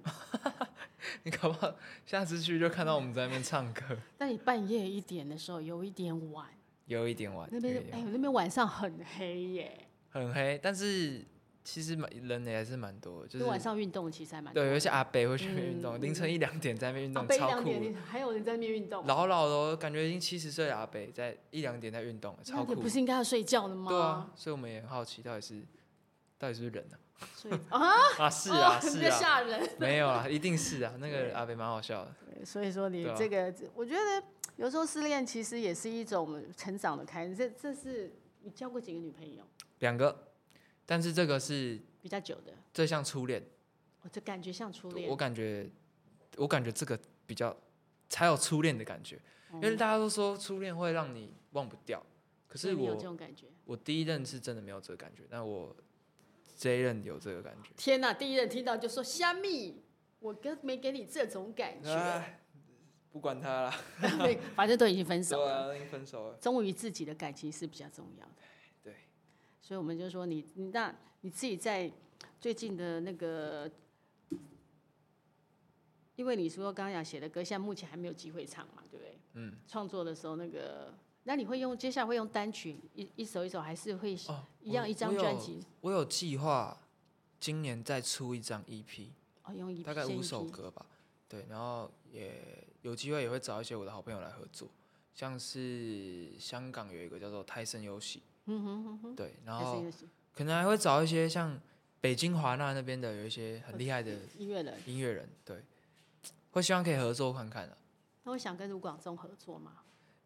[SPEAKER 2] 你搞不好下次去就看到我们在那边唱歌， <laughs>
[SPEAKER 1] 但你半夜一点的时候有一点晚，
[SPEAKER 2] 有一点晚，
[SPEAKER 1] 那
[SPEAKER 2] 有
[SPEAKER 1] 边
[SPEAKER 2] 一点
[SPEAKER 1] 哎、
[SPEAKER 2] 晚
[SPEAKER 1] 那边晚上很黑耶，
[SPEAKER 2] 很黑，但是其实蛮人也还是蛮多的，就
[SPEAKER 1] 就是晚上运动其实还蛮
[SPEAKER 2] 对，
[SPEAKER 1] 多
[SPEAKER 2] 有一
[SPEAKER 1] 的嗯
[SPEAKER 2] 些阿伯会去那边运动，凌晨一两点在那边运
[SPEAKER 1] 啊
[SPEAKER 2] 动，
[SPEAKER 1] 背
[SPEAKER 2] 超
[SPEAKER 1] 两
[SPEAKER 2] 酷
[SPEAKER 1] 点
[SPEAKER 2] 的。
[SPEAKER 1] 你还有人在那边运动，
[SPEAKER 2] 老老的哦，感觉已经七十岁的阿伯在一两点在运动，超
[SPEAKER 1] 两点
[SPEAKER 2] 酷
[SPEAKER 1] 不。是应该要睡觉的吗？
[SPEAKER 2] 对啊，所以我们也很好奇，到底是到底是不是人呢？
[SPEAKER 1] <laughs> 睡啊，
[SPEAKER 2] 啊， <laughs> 是啊，
[SPEAKER 1] <laughs> 哦
[SPEAKER 2] 是
[SPEAKER 1] 比较
[SPEAKER 2] 啊，
[SPEAKER 1] 吓人。
[SPEAKER 2] 没有啊，一定是啊，那
[SPEAKER 1] 对
[SPEAKER 2] 个阿伯蛮好笑的。
[SPEAKER 1] 对所以说你
[SPEAKER 2] 对啊
[SPEAKER 1] 这个，我觉得有时候失恋其实也是一种成长的开始。这这是你交过几个女朋友
[SPEAKER 2] 两个，但是这个是
[SPEAKER 1] 比较久的，
[SPEAKER 2] 最像初恋，
[SPEAKER 1] 我就感觉像初
[SPEAKER 2] 我
[SPEAKER 1] 恋。
[SPEAKER 2] 感觉我感觉这个比较才有初恋的感觉，因为
[SPEAKER 1] 嗯
[SPEAKER 2] 大家都说初恋会让你忘不掉，可
[SPEAKER 1] 所
[SPEAKER 2] 是
[SPEAKER 1] 以你有
[SPEAKER 2] 我
[SPEAKER 1] 这种感觉。
[SPEAKER 2] 我第一任是真的没有这个感觉，但我这一任有这个感觉。
[SPEAKER 1] 天哪！第一人听到就说虾米，我跟没给你这种感 <laughs> 觉，
[SPEAKER 2] 哎，不管他了，
[SPEAKER 1] 对反正都已经分手了。
[SPEAKER 2] 已经分手了。
[SPEAKER 1] 忠于自己的感情是比较重要的。
[SPEAKER 2] 对，
[SPEAKER 1] 所以我们就说你你那你自己在最近的那个，因为你说刚刚讲写的歌，现在目前还没有机会唱嘛，对不对？
[SPEAKER 2] 嗯。
[SPEAKER 1] 创作的时候那个，那你会用接下来会用单曲一一首一首，还是会
[SPEAKER 2] 哦，
[SPEAKER 1] 一样
[SPEAKER 2] 我
[SPEAKER 1] 一张
[SPEAKER 2] 我有
[SPEAKER 1] 专辑？
[SPEAKER 2] 我有计划今年再出一张 E EP，
[SPEAKER 1] 哦，用一
[SPEAKER 2] 大概
[SPEAKER 1] 先
[SPEAKER 2] 五
[SPEAKER 1] 一
[SPEAKER 2] 首
[SPEAKER 1] 批
[SPEAKER 2] 歌吧。对，然后也有机会也会找一些我的好朋友来合作，像是香港有一个叫做泰森游戏，
[SPEAKER 1] 嗯哼哼哼，
[SPEAKER 2] 对，然
[SPEAKER 1] 还是
[SPEAKER 2] 后
[SPEAKER 1] 有些
[SPEAKER 2] 可能还会找一些像北京华纳那边的有一些很厉害的
[SPEAKER 1] 音乐人，
[SPEAKER 2] 音乐人，对，会希望可以合作看看的、
[SPEAKER 1] 那会想跟卢广仲合作吗？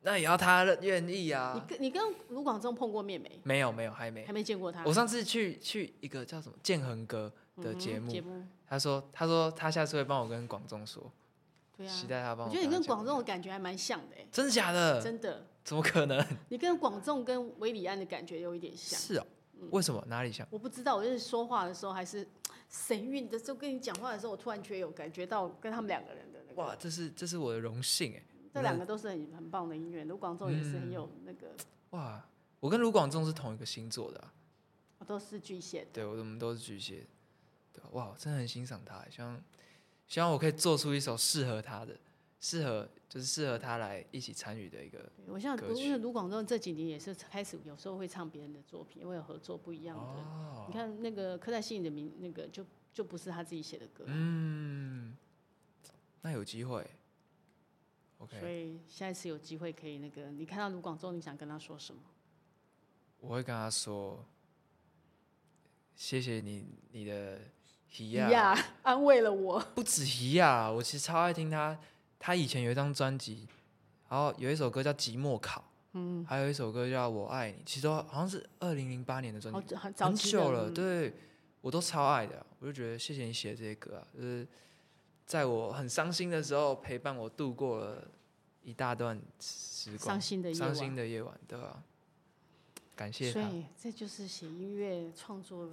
[SPEAKER 2] 那也要他愿意
[SPEAKER 1] 你
[SPEAKER 2] 啊。
[SPEAKER 1] 跟你跟卢广仲碰过面没？
[SPEAKER 2] 没有没有，还没
[SPEAKER 1] 还。没见过他。嗯
[SPEAKER 2] 我上次去去一个叫什么建恒哥的节目，
[SPEAKER 1] 节目，
[SPEAKER 2] 他说他说他下次会帮我跟广仲说，
[SPEAKER 1] 对啊
[SPEAKER 2] 期。待他帮
[SPEAKER 1] 我
[SPEAKER 2] 我。
[SPEAKER 1] 觉得你跟广仲的感觉还蛮像的、欸，
[SPEAKER 2] 真的假的？
[SPEAKER 1] 真的，
[SPEAKER 2] 怎么可能？
[SPEAKER 1] 你跟广仲跟韦礼安的感觉有一点像。
[SPEAKER 2] 是哦，为什么？哪里像？
[SPEAKER 1] 我不知道，我就是说话的时候还是神韵的，就跟你讲话的时候，我突然觉得有感觉到跟他们两个人的那个，
[SPEAKER 2] 哇，这是这是我的荣幸哎。
[SPEAKER 1] 这两个都是很很棒的音乐人，卢广仲也是
[SPEAKER 2] 嗯
[SPEAKER 1] 很有那个，
[SPEAKER 2] 哇，我跟卢广仲是同一个星座的、啊，
[SPEAKER 1] 都是巨蟹，
[SPEAKER 2] 对，我我们都是巨蟹，对吧，哇，真的很欣赏他欸，希望希望我可以做出一首适合他的，适合就是适合他来一起参与的一个。
[SPEAKER 1] 对我像
[SPEAKER 2] 歌
[SPEAKER 1] 不
[SPEAKER 2] 曲
[SPEAKER 1] 是卢广仲这几年也是开始有时候会唱别人的作品，因为有合作不一样的。
[SPEAKER 2] 哦
[SPEAKER 1] 你，看那个刻在心里的名，那个就就不是他自己写的歌，
[SPEAKER 2] 嗯，那有机会。
[SPEAKER 1] 所
[SPEAKER 2] OK，
[SPEAKER 1] 以下一次有机会可以那个，你看到卢广仲，你想跟他说什么？
[SPEAKER 2] 我会跟他说，谢谢你你的
[SPEAKER 1] 一
[SPEAKER 2] 提亚，
[SPEAKER 1] 呀，安慰了我。
[SPEAKER 2] 不止提亚，我其实超爱听他，他以前有一张专辑，然后有一首歌叫《寂寞考》。
[SPEAKER 1] 嗯，
[SPEAKER 2] 还有一首歌叫《我爱你》，其实都好像是二零零八年的专
[SPEAKER 1] 好
[SPEAKER 2] 辑，
[SPEAKER 1] 久很早
[SPEAKER 2] 很
[SPEAKER 1] 期的
[SPEAKER 2] 久了。
[SPEAKER 1] 嗯
[SPEAKER 2] 对，我都超爱的啊、我就觉得谢谢你写这些歌啊，就是在我很伤心的时候陪伴我度过了一大段时光
[SPEAKER 1] 伤，心的夜晚
[SPEAKER 2] 伤心啊的夜晚，对吧、感谢
[SPEAKER 1] 所
[SPEAKER 2] 他，
[SPEAKER 1] 以这就是写音乐创作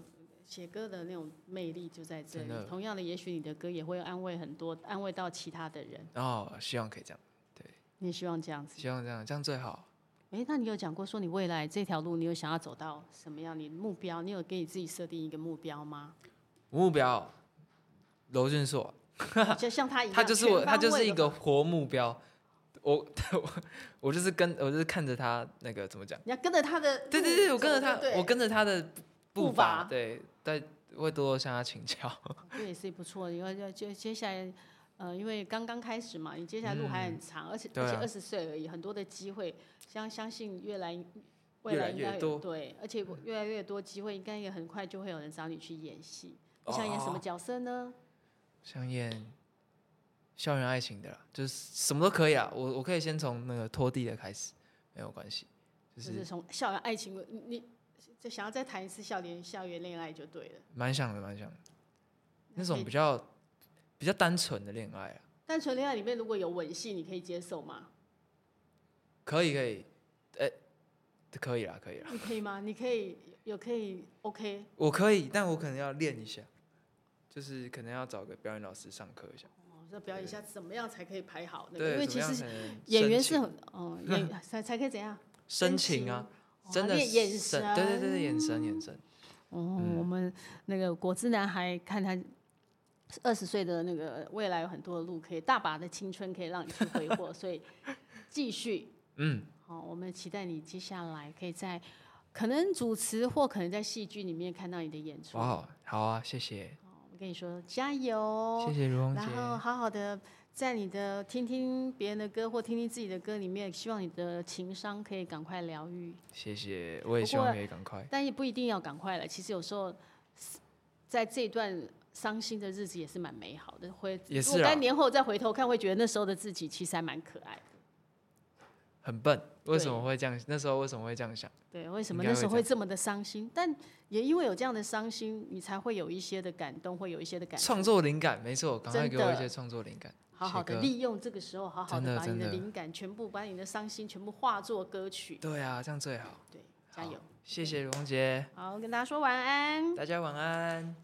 [SPEAKER 1] 写歌的那种魅力就在这
[SPEAKER 2] 真
[SPEAKER 1] 里
[SPEAKER 2] 的。
[SPEAKER 1] 同样的，也许你的歌也会安慰很多，安慰到其他的人。
[SPEAKER 2] 哦，希望可以这样，
[SPEAKER 1] 你也希望这样子。
[SPEAKER 2] 希望这样，这样最好。
[SPEAKER 1] 诶，那你有讲过说你未来这条路，你有想要走到什么样？你目标，你有给你自己设定一个目标
[SPEAKER 2] <laughs>
[SPEAKER 1] 吗？
[SPEAKER 2] 目标，娄俊硕，
[SPEAKER 1] 就像他一样，
[SPEAKER 2] 他就是我，
[SPEAKER 1] 全
[SPEAKER 2] 他
[SPEAKER 1] 方
[SPEAKER 2] 就是
[SPEAKER 1] 位
[SPEAKER 2] 一
[SPEAKER 1] 地
[SPEAKER 2] 个活目标。我 <laughs> 我我就是跟我就是看着他那个怎么讲？
[SPEAKER 1] 你要跟着他的路走，
[SPEAKER 2] 对对对，我跟着他，
[SPEAKER 1] 对
[SPEAKER 2] 我跟着他的步
[SPEAKER 1] 步
[SPEAKER 2] 伐，
[SPEAKER 1] 伐
[SPEAKER 2] 对，但会多多向他请教。 <laughs>
[SPEAKER 1] 这也是不错的，因为就就接下来，呃，因为刚刚开始嘛，你接下来路还很长，而且、
[SPEAKER 2] 对
[SPEAKER 1] 而且
[SPEAKER 2] 啊
[SPEAKER 1] 二十岁而已，很多的机会，相相信越来未
[SPEAKER 2] 越
[SPEAKER 1] 来
[SPEAKER 2] 来
[SPEAKER 1] 应
[SPEAKER 2] 越
[SPEAKER 1] 该有
[SPEAKER 2] 多嗯
[SPEAKER 1] 对，而且越来越多机会，应该也很快就会有人找你去演戏。你想演什么
[SPEAKER 2] 哦
[SPEAKER 1] 角色呢？
[SPEAKER 2] 想演校园爱情的啦，就是什么都可以啊。我我可以先从那个拖地的开始，没有关系。就
[SPEAKER 1] 就是
[SPEAKER 2] 是
[SPEAKER 1] 从校园爱情，你你就想要再谈一次校园校园恋爱就对了。
[SPEAKER 2] 蛮想的，蛮想的。那
[SPEAKER 1] 可
[SPEAKER 2] 种
[SPEAKER 1] 以
[SPEAKER 2] 比较比较单纯的恋爱啊，
[SPEAKER 1] 单纯恋爱里面如果有吻戏，你可以接受吗？
[SPEAKER 2] 可以可以，哎、可以啦，可以啦，
[SPEAKER 1] 你可以吗？你可以有可以 OK？
[SPEAKER 2] 我可以，但我可能要练一下，就是可能要找个表演老师上课一下。
[SPEAKER 1] 哦，这表演一下怎么样才可以排好那个？
[SPEAKER 2] 对，
[SPEAKER 1] 因为其
[SPEAKER 2] 怎么样
[SPEAKER 1] 实
[SPEAKER 2] 才能
[SPEAKER 1] 演员
[SPEAKER 2] 深
[SPEAKER 1] 是很，
[SPEAKER 2] <laughs>
[SPEAKER 1] 哦，演才才可以怎样？
[SPEAKER 2] 深
[SPEAKER 1] 深
[SPEAKER 2] 情啊，
[SPEAKER 1] 情
[SPEAKER 2] 真
[SPEAKER 1] 哦
[SPEAKER 2] 的
[SPEAKER 1] 练眼
[SPEAKER 2] 深对对对对，眼神眼神，
[SPEAKER 1] 哦，
[SPEAKER 2] 嗯
[SPEAKER 1] 我们那个果汁男孩，看他二十岁的那个未来有很多的路可以，大把的青春可以让你去挥
[SPEAKER 2] <laughs>
[SPEAKER 1] 霍，所以继续。
[SPEAKER 2] 嗯，
[SPEAKER 1] 好，我们期待你接下来可以在可能主持或可能在戏剧里面看到你的演出。
[SPEAKER 2] 哇，好啊，谢谢，
[SPEAKER 1] 我跟你说，加油！
[SPEAKER 2] 谢谢如虹姐
[SPEAKER 1] 哦然，后好好的在你的听听别人的歌或听听自己的歌里面，希望你的情商可以赶快疗愈。
[SPEAKER 2] 谢谢，我也
[SPEAKER 1] 不
[SPEAKER 2] 希望
[SPEAKER 1] 过
[SPEAKER 2] 可以赶快。
[SPEAKER 1] 但也不一定要赶快了。其实有时候，在这一段伤心的日子也是蛮美好的。回
[SPEAKER 2] 也是
[SPEAKER 1] 如
[SPEAKER 2] 啊
[SPEAKER 1] 果在年后再回头看，会觉得那时候的自己其实还蛮可爱的。
[SPEAKER 2] 很笨，为什
[SPEAKER 1] 对
[SPEAKER 2] 么会这样？那时候为什么会这样想？
[SPEAKER 1] 对，为什么
[SPEAKER 2] 应该
[SPEAKER 1] 那
[SPEAKER 2] 会
[SPEAKER 1] 时候会这么的伤心？但也因为有这样的伤心，你才会有一些的感动，会有一些的感触。
[SPEAKER 2] 创作灵感，没错，赶快
[SPEAKER 1] 真
[SPEAKER 2] 给我一
[SPEAKER 1] 的
[SPEAKER 2] 些创作灵感。
[SPEAKER 1] 好好
[SPEAKER 2] 写
[SPEAKER 1] 的
[SPEAKER 2] 歌
[SPEAKER 1] 利用这个时候，好好
[SPEAKER 2] 真的
[SPEAKER 1] 的把你的
[SPEAKER 2] 真的
[SPEAKER 1] 灵感全部，把你的伤心全部化作歌曲。
[SPEAKER 2] 对啊，这样最好。
[SPEAKER 1] 对，加油！
[SPEAKER 2] 谢谢蓉姐，
[SPEAKER 1] 好，跟大家说晚安。
[SPEAKER 2] 大家晚安。